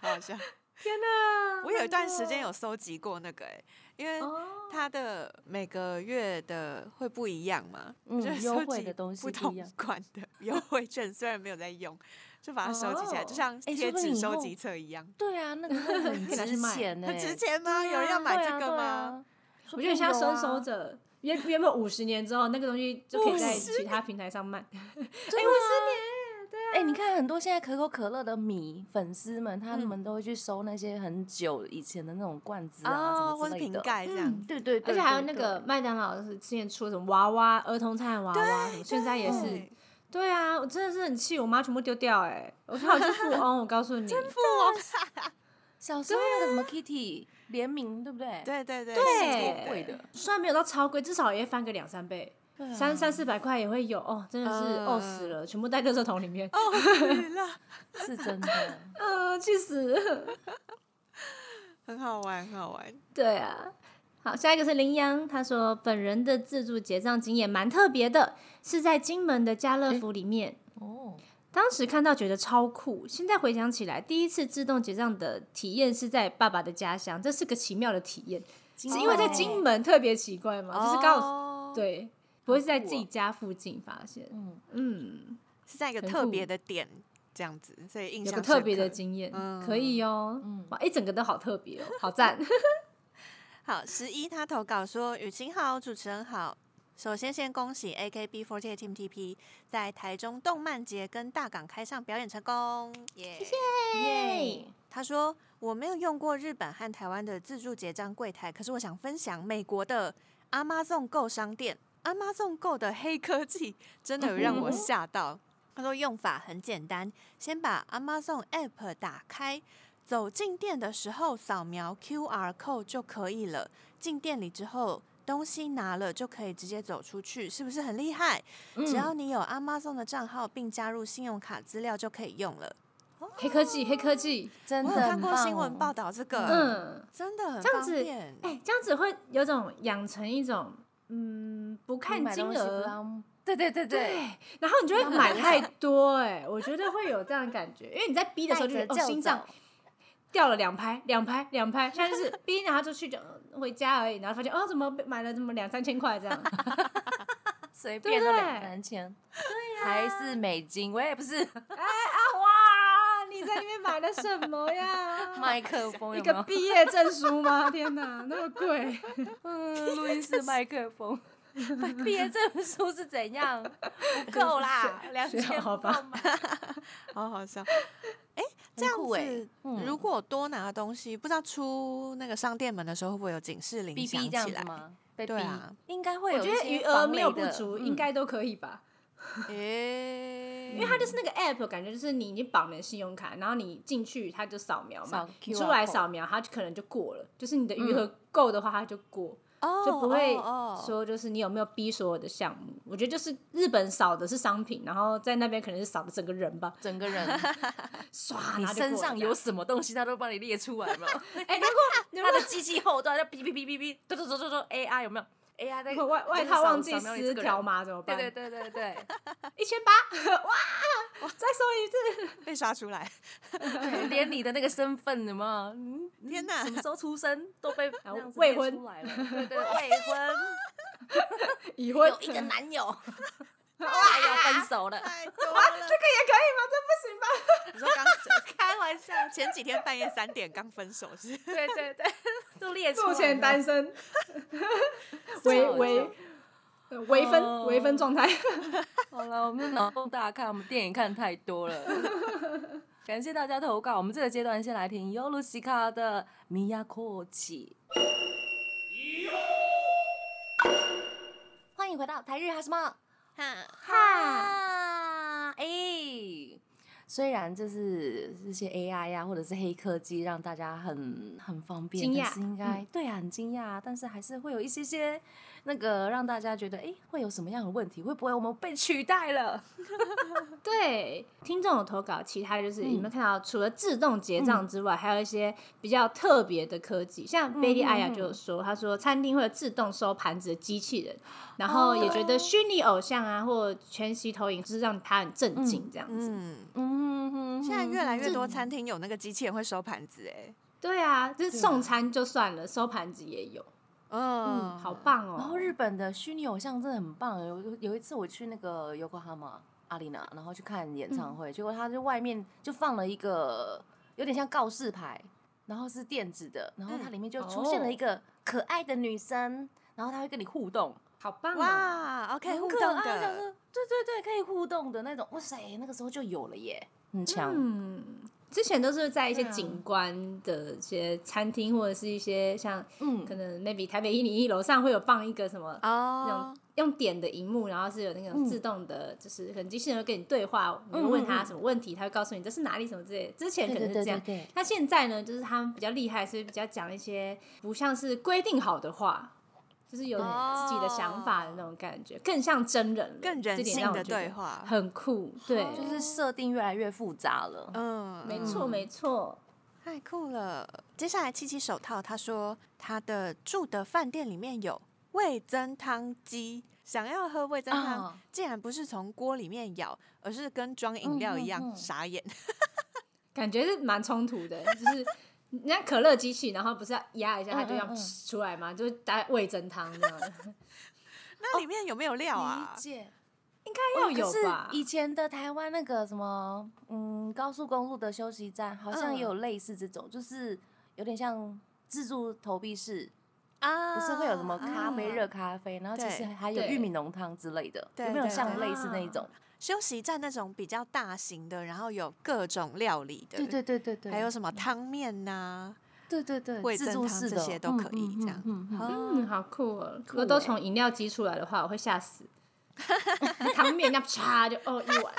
S4: 好笑。
S3: 天 哪！
S4: 我有一段时间有搜集过那个，哎，因为
S3: 哦，
S4: 它的每个月的会不一样嘛，
S2: 嗯
S4: 就是
S2: 优
S4: 收
S2: 惠
S4: 集
S2: 的东西
S4: 不
S2: 不
S4: 同
S2: 一样
S4: 款 的优惠券，虽然没有在用，就把它收集起来，就
S3: 哦
S4: 像
S2: 哎诶说
S4: 贴
S2: 不定
S4: 纸
S2: 以
S4: 收
S2: 后
S4: 集册一 样。
S2: 对啊，那个会很
S3: 可以拿去
S2: 值
S3: 卖
S2: 钱呢，欸
S4: 很值钱吗？
S2: 啊
S4: 有人要买这个吗？？
S3: 我觉得像收收着，原原本五十年之后那个东西就可以在
S4: 50
S3: 其他平台上卖。
S2: 对啊，哎、你看很多现在可口可乐的米粉丝们，他
S4: 嗯
S2: 们都会去收那些很久以前的那种罐子啊，
S4: 哦，
S2: 什
S4: 或
S2: 么之
S4: 是
S2: 类
S4: 瓶
S2: 的。
S4: 盖这样
S3: 嗯。
S2: 对对
S3: 而
S2: 对，
S3: 且还有
S2: 对
S3: 那个，麦当劳是之前出什么娃娃、儿童餐娃娃什么，现在也
S2: 对
S3: 是。对啊，我真的是很气，我妈全部丢掉哎、我说好是 富翁，我告诉你，
S2: 小时候那个什么 Kitty 联名，对不对？，
S4: 对对对
S3: 啊对
S4: 对
S2: 超贵的。嗯
S3: 虽然没有到超贵，至少也翻个两三倍。
S2: 啊
S3: 三三四百块也会有哦，真的是
S4: 嗯
S3: 饿死了，全部在垃圾桶里面，
S4: 哦
S2: 是真 的。嗯
S3: 呃，去死！
S4: 很好玩，很好玩。
S3: 对啊，好，下一个是羚羊，他说本人的自助结账经验蛮特别的，是在金门的家乐福里面。
S2: 哦，
S3: 当时看到觉得超酷，现在回想起来，第一次自动结账的体验是在爸爸的家乡，这是个奇妙的体验，是因为在金门特别奇怪嘛，就是刚好
S4: 哦，
S3: 对，不会是在自
S2: 好
S3: 己
S2: 酷
S3: 家附近发现，
S2: 嗯，
S3: 嗯，
S4: 是在一个
S3: 很
S4: 特
S3: 酷
S4: 别的点这样子，所以印
S3: 有
S4: 象
S3: 个特
S4: 深
S3: 别的
S4: 刻
S3: 经验，
S4: 嗯
S3: 可以哦，
S2: 嗯
S3: 哇，一整个都好特别哦，好赞，
S4: 好，十一他投稿说：“雨晴好，主持人好。首先先恭喜 AKB48 Team TP 在台中动漫节跟大港开上表演成功，耶、谢谢。
S3: 耶，
S4: 他说：“我没有用过日本和台湾的自助结账柜台，可是我想分享美国的 Amazon Go 商店。Amazon Go 的黑科技真的有让我吓到。”他说用法很简单，先把 Amazon App 打开，走进店的时候扫描 QR code 就可以了。进店里之后，东西拿了就可以直接走出去，是不是很厉害？
S3: 嗯
S2: 嗯
S4: 只要你有 Amazon 的账号并加入信用卡资料就可以用了。
S3: 黑科技，黑科技，
S2: 真
S4: 我
S2: 的
S4: 有
S2: 很
S4: 看过
S2: 棒
S4: 新闻
S2: 哦
S4: 报道这个，
S3: 嗯。
S4: 真的很
S3: 这样
S4: 方
S3: 子
S4: 便。
S3: 哎、这样子会有种养成一种，嗯，不看
S2: 买
S3: 金
S2: 东西不
S3: 额，
S2: 要，对对对对，
S3: 然后你就会买太多、哎，我觉得会有这样的感觉，因为你在逼的时候就觉
S2: 带
S3: 得
S2: 着
S3: 哦，心脏
S2: 走
S3: 掉了两拍，两拍，两拍，现在就是 逼，然后就去就呃回家而已，然后发现哦，怎么被买了怎么两三千块这样，
S2: 随
S3: 对
S2: 便
S3: 不
S2: 都
S3: 对
S2: 两三千，还是美金，我也不 是
S3: 哇，你在那边买了什么呀？
S2: 麦克风，
S3: 一
S2: 有没
S3: 个
S2: 有？
S3: 毕业证书吗？天哪，那么贵！
S2: 嗯，录音室麦克风。 毕业证书是怎 样？不够啦，两
S3: 学
S2: 千
S3: 好吧
S2: 不够买
S4: 好好笑。哎、这样
S2: 酷
S4: 子、
S2: 欸嗯
S4: 如果多拿东西，不知道出那个商店门的时候会不会有警示铃响
S2: ，BB 这样
S4: 起
S2: 子
S4: 来？
S2: 吗？被逼
S4: 对啊，
S2: 应该会
S3: 我
S2: 有
S3: 觉
S2: 一
S3: 得
S2: 些
S3: 余额
S2: 防
S3: 没有
S2: 雷
S3: 不
S2: 的
S3: 足，
S2: 嗯
S3: 应该都可以吧。
S4: 哎、
S3: 因为它就是那个 app，感觉就是你已经绑了信用卡，然后你进去它就扫描嘛
S2: 扫，
S3: 你
S2: QR
S3: 出来
S2: code
S3: 扫描它就可能就过了，就是你的余额够的话它就过，
S4: 哦
S3: 就不会
S4: 哦哦
S3: 说就是你有没有逼所有的项目。我觉得就是日本扫的是商品，然后在那边可能是扫的整个人吧，
S2: 整个 人，
S3: 唰，
S2: 你
S3: 然后就过了
S2: 身上
S3: 这样
S2: 有什么东西，他都帮你列出来 嘛。
S3: 哎，如果如
S2: 它
S3: 果
S2: 的机器后端在哔哔哔哔哔，嘟嘟嘟嘟嘟，AI 有没有？AI 在
S3: 如果外外套忘记撕条
S2: 嘛？
S3: 码怎么
S2: 对
S3: 办？
S2: 对对对对，
S3: 一千八， 哇，再 说一次，
S4: 被刷出来，
S2: 对连你的那个身份有没有？嗯
S4: 天哪
S2: 什么时候出生都 被这样子
S3: 未婚
S2: 列出来了，对对，未 婚
S3: 已婚
S2: 有一个男 友，哎要分手 了，
S4: 太多了。
S3: 这个也可以吗？这不行吧？
S4: 你说刚开玩笑，前几天半夜三点刚分手是？
S2: 对对对，都列出来
S3: 目
S2: 了
S3: 前单身，
S2: 这
S3: 微
S2: 样
S3: 微呃微
S2: 哦
S3: 分微分状态。
S2: 好了，我们脑洞大开，我们电影看太多 了。感谢大家投稿，我们这个阶段先来听尤露西卡的《米亚阔奇》。欢迎回到台日哈什么
S4: 哈，
S2: 哈？哎、虽然就是这些 AI 呀、或者是黑科技让大家很很方便，
S3: 惊讶
S2: 但
S3: 嗯
S2: 是应该、对啊，很惊讶，但是还是会有一些些那个让大家觉得，哎、会有什么样的问题？会不会我们被取代了？
S3: 对，听众有投稿，其他就是
S2: 嗯
S3: 你们看到，除了自动结账之外，还有一些比较特别的科技，像 Baby
S2: 嗯
S3: Aya
S2: 嗯
S3: 就有说，他说餐厅会有自动收盘子的机器人，然
S2: 哦
S3: 后也觉得虚拟偶像啊或全息投影，就是让他很震惊这样子。
S4: 嗯，
S2: 嗯哼，
S4: 现在越来越
S2: 这
S4: 多餐厅有那个机器人会收盘子、哎，
S3: 对啊，就是
S2: 对啊
S3: 送餐就算了，收盘子也有，
S4: 嗯，
S3: 好。棒哦！
S2: 然后日本的虚拟偶像真的很棒，有有有一次我去那个 Yokohama 阿里娜，然后去看演唱会，结果他就外面就放了一个有点像告示牌，然后是电子的，然后它
S4: 嗯
S2: 里面就出现了一个可爱的女生，然后她会跟你互动，
S3: 好棒哦！
S4: 哇，OK，
S2: 很
S4: 互
S2: 可
S4: 动
S2: 爱想
S4: 的，
S2: 说对对对，可以互动的那种，哇塞，那个时候就有了耶，很强，
S3: 嗯，之前都是在一些
S4: 对啊
S3: 景观的一些餐厅，或者是一些像
S2: 嗯
S3: 可能 maybe 台北一零一楼上会有放一个什么那
S4: 哦
S3: 种，用点的荧幕，然后是有那种
S2: 嗯
S3: 自动的，就是可能机器人会跟你对话，你
S2: 嗯嗯
S3: 问他
S2: 嗯
S3: 什么问题，他会告诉你这是哪里什么之类的。之前
S2: 对
S3: 可能
S2: 对对
S3: 是这
S2: 对
S3: 样，
S2: 对，
S3: 那现在呢，就是他们比较厉害，是比较讲一些不像是规定好的话，就是有自己的想法的那种感觉，更像真人了，
S4: 更人
S3: 这点
S4: 性
S3: 让我
S4: 的
S3: 觉得
S4: 对话
S3: 很酷，对，
S2: 哦就是设定越来越复杂了。
S4: 嗯，
S3: 没错没错。
S4: 太酷了！接下来七七手套，他说他的住的饭店里面有味增汤鸡，想要喝味增汤，
S3: 啊
S2: 哦
S4: 竟然不是从锅里面舀，而是跟装饮料一样，
S3: 嗯嗯嗯
S4: 傻眼。
S3: 感觉是蛮冲突的， 就是人家可乐机器，然后不是要压一下它就要
S2: 嗯嗯嗯
S3: 出来嘛，就是打味增汤 那样，
S4: 那里面有没有料啊？
S2: 解，
S3: 应该要哦有
S2: 是
S3: 吧？
S2: 以前的台湾那个什么，嗯，高速公路的休息站好像
S4: 嗯
S2: 也有类似这种，就是有点像自助投币式，
S4: 啊
S2: 不是会有什么咖啡、
S4: 啊
S2: 热咖啡，然后其实
S4: 对
S2: 还有
S3: 对
S2: 玉米浓汤之类的，
S4: 对
S2: 有没有
S4: 对
S2: 像
S4: 对
S2: 类似那一种？
S4: 休息站那种比较大型的，然后有各种料理的，
S2: 对对对对对，
S4: 还有什么汤面呐、
S2: 对对对，
S4: 味
S2: 自
S4: 增
S2: 助
S4: 汤
S2: 式
S4: 这
S2: 的
S4: 些都可以这样
S2: 嗯嗯嗯嗯嗯
S3: 嗯，好酷哦！如果都从饮料机出来的话，我会吓 死。汤面那啪就哦一碗，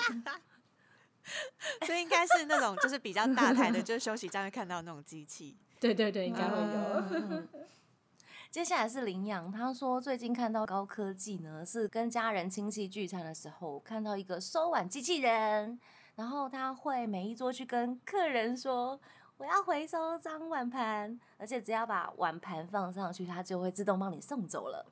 S4: 所以应该是那种就是比较大 台的，就是休息站会看到那种机器。
S3: 对对对，应该会
S4: 啊
S3: 有。
S2: 接下来是林阳，他说最近看到高科技呢，是跟家人亲戚聚餐的时候，看到一个收碗机器人，然后他会每一桌去跟客人说我要回收脏碗盘，而且只要把碗盘放上去，它就会自动帮你送走了。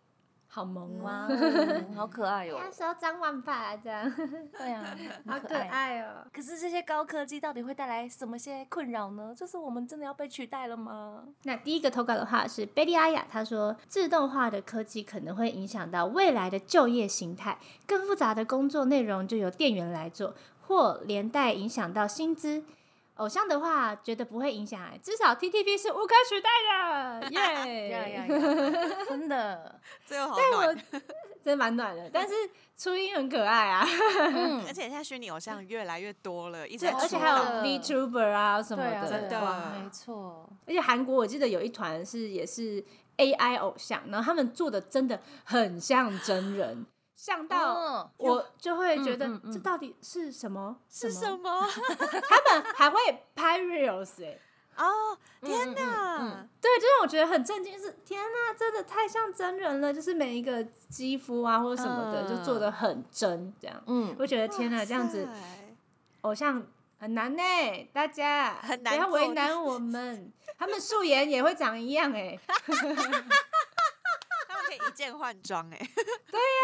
S3: 好萌
S2: 哇
S3: 啊！
S2: 哦，好可爱 哦！
S3: 候脏碗吧，这 样，
S2: 对啊，
S3: 好
S2: 很可
S3: 可
S2: 爱。
S3: 爱哦。
S2: 可是这些高科技到底会带来什么些困扰呢？就是我们真的要被取代了吗？
S3: 那第一个投稿的话是贝利阿雅，她说自动化的科技可能会影响到未来的就业形态，更复杂的工作内容就由店员来做，或连带影响到薪资。偶像的话，觉得不会影响、欸，至少 TTP 是无可取代 的，耶、
S2: 真的，
S4: 最后好
S2: 哦
S3: 但我
S4: 暖，
S3: 真蛮 暖的，但是初音很可爱 啊，
S2: 嗯
S4: 而且现在虚拟偶像越来越多了，一直
S3: 对，
S4: 在
S3: 而且
S4: 出
S3: 还有
S4: 道
S2: 了
S3: VTuber 啊什么
S2: 对啊，
S3: 的，
S4: 真的
S2: 哇没错，
S3: 而且韩国我记得有一团是也是 AI 偶像，然后他们做的真的很像真人，像到
S2: 嗯
S3: 我就会觉得
S2: 嗯嗯嗯
S3: 这到底是 什么？
S4: 是什？ 么？
S3: 他们还会拍 reels 哎、
S4: 哦，
S2: 嗯嗯
S4: 天
S2: 嗯
S4: 哪！
S3: 对，就是我觉得很震惊，是天呐，真的太像真人了，就是每一个肌肤啊或者什么的、
S4: 嗯
S3: 就做的很真，这样，
S2: 嗯，
S3: 我觉得天呐，这样子
S4: 哇塞
S3: 偶像很难呢、大家
S4: 很难
S3: 不要
S4: 做
S3: 为
S4: 到
S3: 难 我们，他们素颜也会长一样哎、
S4: 他们可以一键换装哎，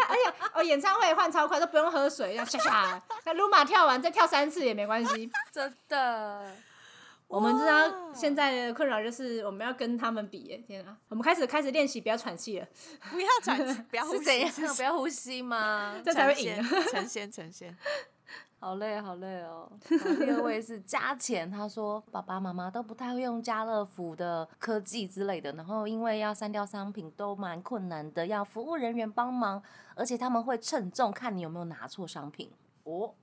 S3: 而且哦，演唱会换超快，都不用喝水，这样唰唰。那 Luma 跳完再跳三次也没 关系。
S2: 真的，
S3: 我们知道现在的困扰就是我们要跟他们比耶，天啊！我们开始开始练习，不要喘气了，
S4: 不要转 机，不要呼
S2: 是
S4: 吸
S2: 怎样？不要啊呼吸吗？
S3: 这才会赢。
S4: 成仙，成仙，成仙。
S2: 好累，好累哦。好第二位是加钱，他说爸爸妈妈都不太会用家乐福的科技之类的，然后因为要删掉商品都蛮困难的，要服务人员帮忙，而且他们会称重看你有没有拿错商品。哦，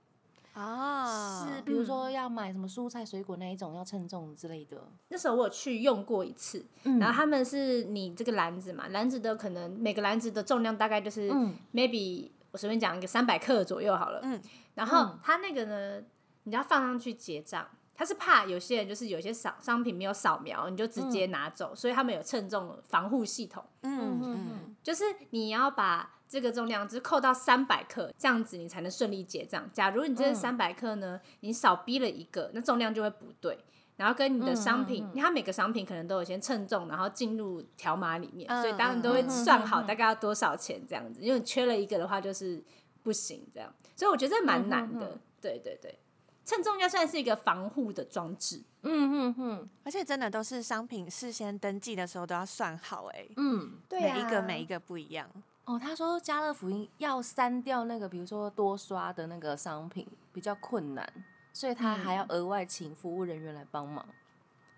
S4: 啊，
S2: 是，比如说要买什么蔬菜水果那一种要称重之类的。
S3: 那时候我有去用过一次，
S2: 嗯
S3: 然后他们是你这个篮子嘛，篮子的可能每个篮子的重量大概就是、
S2: 嗯
S3: maybe 我随便讲一个三百克左右好了，
S4: 嗯
S3: 然后
S2: 嗯
S3: 它那个呢，你要放上去结账，他是怕有些人就是有些商商品没有扫描，你就直接拿走，所以他们有称重防护系统，
S4: 嗯
S2: 嗯
S4: 嗯，
S3: 就是你要把这个重量只扣到三百克，这样子你才能顺利结账。假如你这
S2: 嗯
S3: 三百克呢，你少逼了一个，那重量就会不对。然后跟你的商品，
S2: 嗯嗯嗯
S3: 它每个商品可能都有先称重，然后进入条码里面，
S4: 嗯
S3: 所以当然
S4: 嗯
S3: 都会
S4: 嗯嗯
S3: 算好
S2: 嗯
S3: 大概要多少钱这样子。因为缺了一个的话，就是不行这样。所以我觉得这蛮难的。
S2: 嗯嗯嗯
S3: 对对对，称重应该算是一个防护的装置。
S2: 嗯嗯嗯
S4: 而且真的都是商品事先登记的时候都要算好哎，
S2: 嗯。
S3: 对啊
S4: 每一个每一个不一样。
S2: 哦，他说家乐福应要删掉那个，比如说多刷的那个商品比较困难，所以他还要额外请服务人员来帮忙，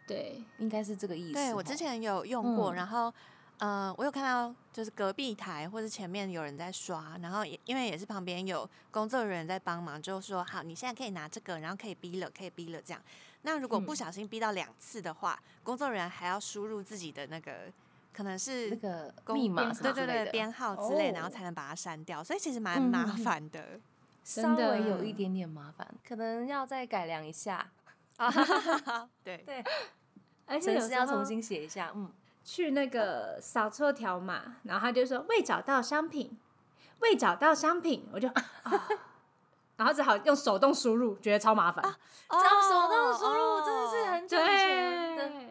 S3: 对，
S2: 应该是这个意思吼。
S4: 对我之前有用过，
S2: 嗯
S4: 然后呃，我有看到就是隔壁台或者前面有人在刷，然后也因为也是旁边有工作人员在帮忙，就说好，你现在可以拿这个，然后可以逼了，可以逼了这样。那如果不
S2: 嗯
S4: 小心逼到两次的话，工作人员还要输入自己的那个可能是
S2: 那个
S4: 公
S2: 密码
S4: 编
S2: 什么
S4: 对对
S2: 之类
S4: 对
S2: 的，
S4: 编号之类，然后
S3: 哦
S4: 才能把它删掉，所以其实蛮
S2: 嗯
S4: 麻
S2: 嗯嗯
S4: 烦的。
S2: 稍
S3: 真的
S2: 微有一点点麻烦，可能要再改良一下，
S4: 啊，对，
S2: 对，
S3: 而且
S2: 程
S3: 有
S2: 式
S3: 时
S2: 要
S3: 候
S2: 重新写一下，嗯，
S3: 去那个扫错条码，然后他就说未找到商品，未找到商品，我就啊然后只好用手动输入，觉得超麻烦。
S4: 哦
S2: 这样手动输入真的是
S4: 哦
S2: 很久以前的，
S3: 对，
S2: 啊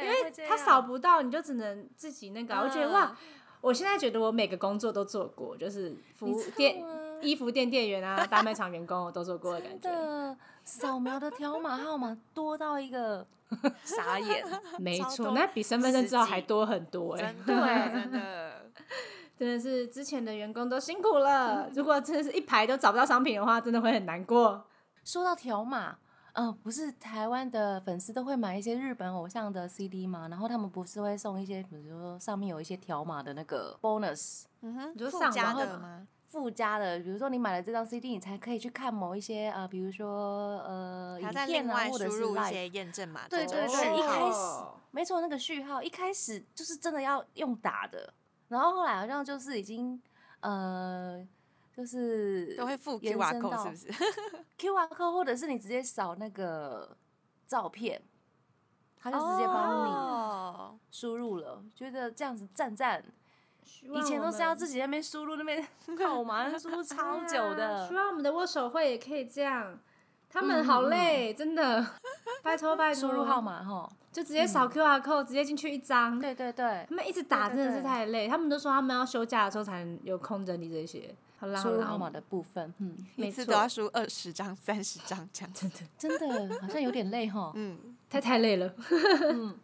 S2: 对，
S3: 因
S2: 会
S3: 为
S2: 这
S3: 他
S2: 样
S3: 扫不到，你就只能自己那个啊。我觉得哇
S4: 嗯，
S3: 我现在觉得我每个工作都做过，就是服务
S2: 你知道
S3: 店
S2: 吗、
S3: 衣服店店员啊、大卖场员工，我都做过的感
S2: 真
S3: 觉。
S2: 的扫描的条码号码多到一个傻眼，
S3: 没
S4: 超
S3: 错，
S4: 多
S3: 那比身份证之后还多很多哎、
S4: 哦真的真 的，
S3: 真的是之前的员工都辛苦了。如果真的是一排都找不到商品的话，真的会很难过。
S2: 说到条码，嗯、不是台湾的粉丝都会买一些日本偶像的 CD 嘛，然后他们不是会送一些，比如说上面有一些条码的那个 bonus
S4: 嗯哼，
S3: 你就
S4: 附
S3: 上
S4: 加
S3: 网
S4: 的
S3: 嘛
S4: 吗？
S2: 附加的，比如说你买了这张 CD，你才可以去看某一些呃，比如说呃
S4: 还
S2: 影
S4: 要再另
S2: 片啊，
S4: 外输
S2: 或者是
S4: 入一
S2: live
S4: 些验证码之类
S2: 对
S4: 的，
S2: 对对，
S3: 哦
S2: 一开始没错，那个序号一开始就是真的要用打的，然后后来好像就是已经呃，就是
S4: 都会附
S2: 延
S4: QR
S2: 伸
S4: code
S2: 到
S4: 是不 是？
S2: QR code，或者是你直接扫那个照片，他就直接帮你
S4: 哦，
S2: 输入了，觉得这样子赞赞。
S3: 希望
S2: 以前
S3: 我
S2: 都是要
S3: 们
S2: 自己在那边输入那 边号码，输入超久
S3: 啊
S2: 的
S3: 希。望我们的握手会也可以这样。他们
S2: 嗯
S3: 好累，真的， 拜托拜托，
S2: 输入号码哈，
S3: 就直接扫 QR code，、直接进去一张。
S2: 对对对
S3: 他，们一直打
S2: 对
S3: 真
S2: 对
S3: 的
S2: 对
S3: 是太累，他们都说他们要休假的时候才能有空整理这些。 好啦，
S2: 输入
S3: 啦
S2: 号码，的部分，嗯，
S3: 没
S4: 一次
S3: 错
S4: 都要输二十张、三十张这样子。
S2: 真的好像有点累哈。
S4: 嗯，
S3: 太太累了。
S2: 嗯，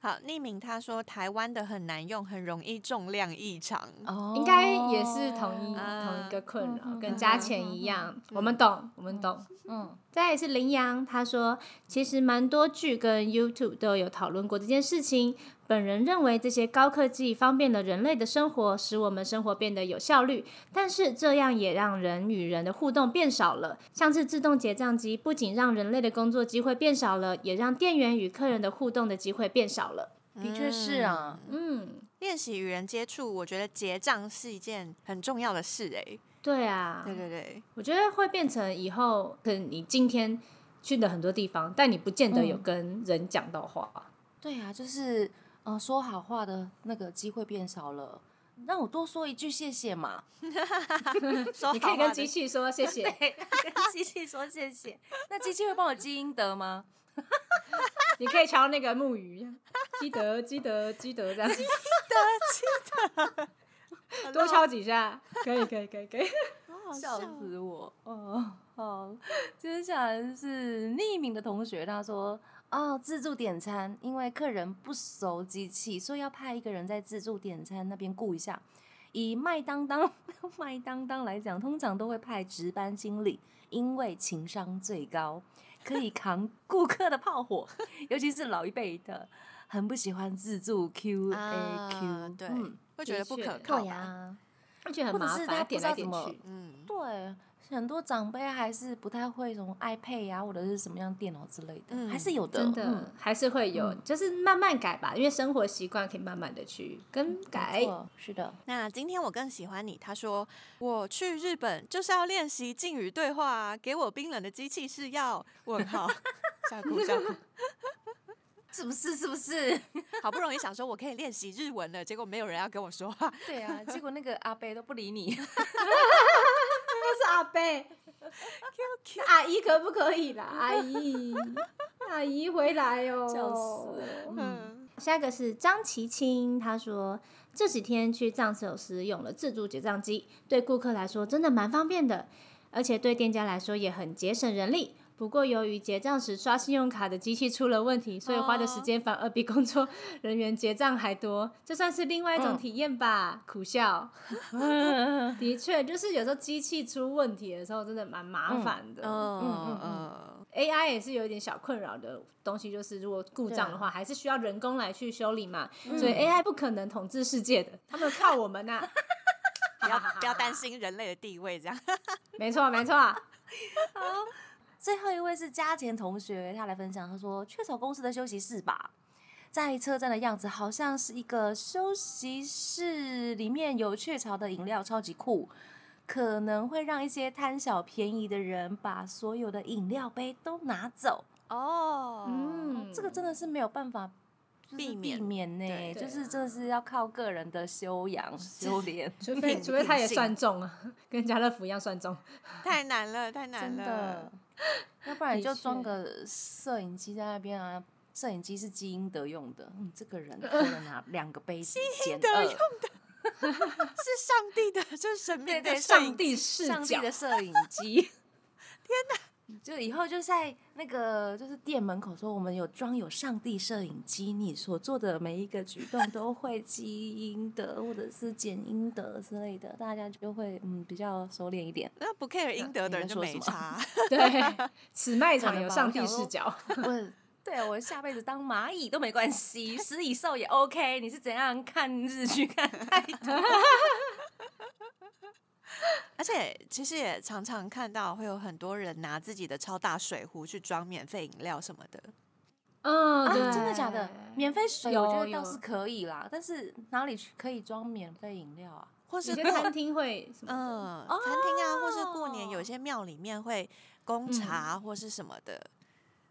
S4: 好，匿名他说台湾的很难用，很容易重量异常。
S2: 哦
S3: 应该也是同一、
S4: 啊
S3: 同一个困扰，
S2: 嗯
S3: 跟加钱一样。我们懂，我们懂。
S2: 嗯，
S3: 再来是羚羊，他说其实蛮多剧跟 YouTube 都有讨论过这件事情。本人认为这些高科技方便了人类的生活，使我们生活变得有效率，但是这样也让人与人的互动变少了。像是自动结账机，不仅让人类的工作机会变少了，也让店员与客人的互动的机会变少了。
S2: 的确是啊，
S3: 嗯，
S4: 练习与人接触，我觉得结账是一件很重要的事哎、
S3: 对啊，
S4: 对对 对，
S3: 我觉得会变成以后，可能你今天去了很多地方，但你不见得有
S2: 嗯
S3: 跟人讲到 话。
S2: 对啊，就是呃，说好话的那个机会变少了，让我多说一句谢谢嘛，
S4: 说
S3: 你可以
S4: 好
S3: 跟
S4: 话
S3: 机
S4: 的
S3: 器说谢谢，
S2: 跟 机器说谢谢，那机器会帮我积阴德吗？
S3: 你可以敲那个木鱼，积德积德积德这样，积德积德，多敲几下，可以可以可以 可以。
S2: 笑死我！哦，好，接下来是匿名的同学，他说。哦，自助点餐，因为客人不熟机器，所以要派一个人在自助点餐那边顾一下。以麦当当 麦当当来讲，通常都会派值班经理，因为情商最高，可以扛顾客的炮火，尤其是老一辈的，很不喜欢自助 Q A
S4: 啊
S2: Q，，
S4: 对
S2: 嗯，，
S4: 会觉得不可
S3: 的确
S4: 靠
S2: 对啊
S4: 吧。
S2: 呀、
S3: 而且很
S2: 或者
S3: 麻
S2: 是大家
S3: 烦，要
S2: 不知
S3: 点
S2: 道
S3: 来
S2: 怎
S3: 点
S2: 么
S3: 去。
S4: 嗯，
S2: 对，很多长辈还是不太会什么 iPad 啊，或者是什么样电脑之类的，
S4: 嗯
S2: 还是有的。
S3: 真的、
S2: 嗯
S3: 还是会有，就是慢慢改吧，因为生活习惯可以慢慢的去更改
S2: 嗯没。错，是的，
S4: 那今天我更喜欢你。他说我去日本就是要练习敬语对话、啊，给我冰冷的机器是药。问 号，吓哭吓哭。
S2: 是不是？是不是？
S4: 好不容易想说我可以练习日文了，结果没有人要跟我说话。
S2: 对啊，结果那个阿贝都不理 你，
S3: 那是阿 贝，那阿姨可不可以啦？阿姨，阿姨回来哦！
S2: 笑死了。嗯，
S4: 嗯，
S3: 下一个是张琪清，他说这几天去藏寿司用了自助结账机，对顾客来说真的蛮方便的，而且对店家来说也很节省人力。不过由于结账时刷信用卡的机器出了问题，所以花的
S4: 哦
S3: 时间反而比工作人员结账还多，这算是另外一种
S2: 嗯
S3: 体验吧？苦笑。 的确，就是有时候机器出问题的时候，真的蛮麻烦的。
S4: 嗯
S2: 嗯
S4: 嗯
S3: AI 也是有一点小困扰的东西，就是如果故障的话，还是需要人工来去修理嘛。
S2: 嗯
S3: 所以 AI 不可能统治世界 的，他们靠我们呐、
S4: 不要不要担心人类的地位这样。
S3: 没错，啊没错。
S2: 最后一位是加钱同学，他来分享，他说雀巢公司的休息室吧。在车站的样子好像是一个休息室，里面有雀巢的饮料，超级酷，可能会让一些贪小便宜的人把所有的饮料杯都拿走。
S4: 哦，
S3: 嗯，
S2: 这个真的是没有办法避
S4: 避免
S2: 免呢、
S4: 对
S3: 对
S2: 就是
S3: 啊
S2: 这是要靠个人的修养修炼。
S3: 除非
S4: 硬
S3: 除非他
S4: 硬
S3: 也
S4: 性
S3: 算中啊， 跟家乐福一样 算中。
S4: 太难了，太难
S2: 真
S4: 了
S2: 的。，要不然你
S3: 的
S2: 就装
S3: 确
S2: 个摄影机在那边啊。摄影机是基因德用的，嗯，这个人喝了哪两个杯子？基因
S4: 德用是上帝的，就是神明的
S2: 对
S4: 摄
S3: 上
S4: 影
S3: 帝视
S2: 上帝
S3: 角，
S2: 的摄影机。天哪！就以后就在那个就是店门口说，我们有装有上帝摄影机，你所做的每一个举动都会基因的，或者是减音的之类的，大家就会嗯比较收敛一点。
S4: 那不 care 应得
S2: 你
S4: 的
S2: 在
S4: 人就
S2: 说
S4: 没
S2: 什么
S4: 差。
S3: 对，此卖
S2: 可
S3: 场
S2: 能
S3: 有
S2: 吧
S3: 上
S2: 我
S3: 帝
S2: 想
S3: 视
S2: 说
S3: 角，
S2: 我对我下辈子当蚂蚁都没关系，食蚁兽也 OK。你是怎样看日 剧看太多？
S4: 而且其实也常常看到会有很多人拿自己的超大水壶去装免费饮料什么的，
S3: 嗯，
S4: 哦
S2: 啊，
S3: 对
S2: 真的假的？免费水我觉得
S3: 有
S2: 倒
S3: 有
S2: 是可以啦，但是哪里去可以装免费饮料啊？
S4: 或
S3: 有
S4: 是
S3: 些
S4: 过
S3: 餐厅会 什么
S4: 嗯餐厅啊，或是过年有
S2: 哦
S4: 些庙里面会供茶啊或是什么的，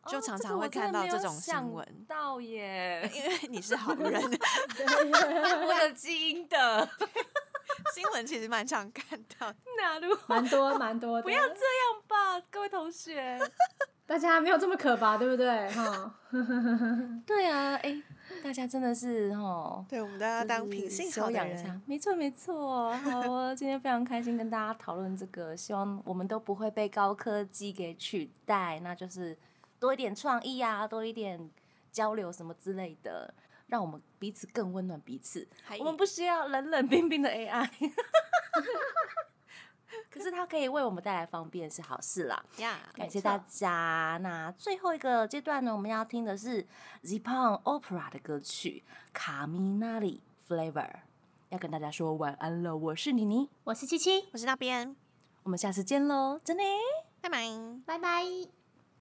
S4: 就
S2: 嗯哦
S4: 常
S2: 这个
S4: 常
S2: 我
S4: 会
S2: 真
S4: 看
S2: 的
S4: 到
S2: 没
S4: 这
S2: 有
S4: 种新
S2: 想
S4: 闻
S2: 到 耶，
S4: 因为你是好人，
S2: 我的基因 的，
S4: 新闻其实蛮常看到的。
S2: 哪路？
S3: 的，蛮多蛮多的。
S2: 不要这样吧，各位同学。
S3: 大家没有这么可吧，对不对？哈，
S2: 对啊，哎，大家真的是哦，
S4: 对，我们都要当品性好
S2: 修
S4: 的
S2: 养一下
S4: 人。，
S2: 没错没错。好哦，今天非常开心跟大家讨论这个，希望我们都不会被高科技给取代，那就是多一点创意啊，多一点交流什么之类的，让我们彼此更温暖彼此。
S4: 还
S2: 我们不需要冷冷冰冰的 AI，可是它可以为我们带来方便是好事啦。
S4: 呀，
S2: 感谢大家。那最后一个阶段呢，我们要听的是 Zipon Opera 的歌曲《卡米纳里 Flavor》，要跟大家说晚安了。 我是妮妮，
S3: 我是七七，
S4: 我是那边，
S2: 我们下次见喽，真的。
S4: 拜拜。
S3: 拜拜。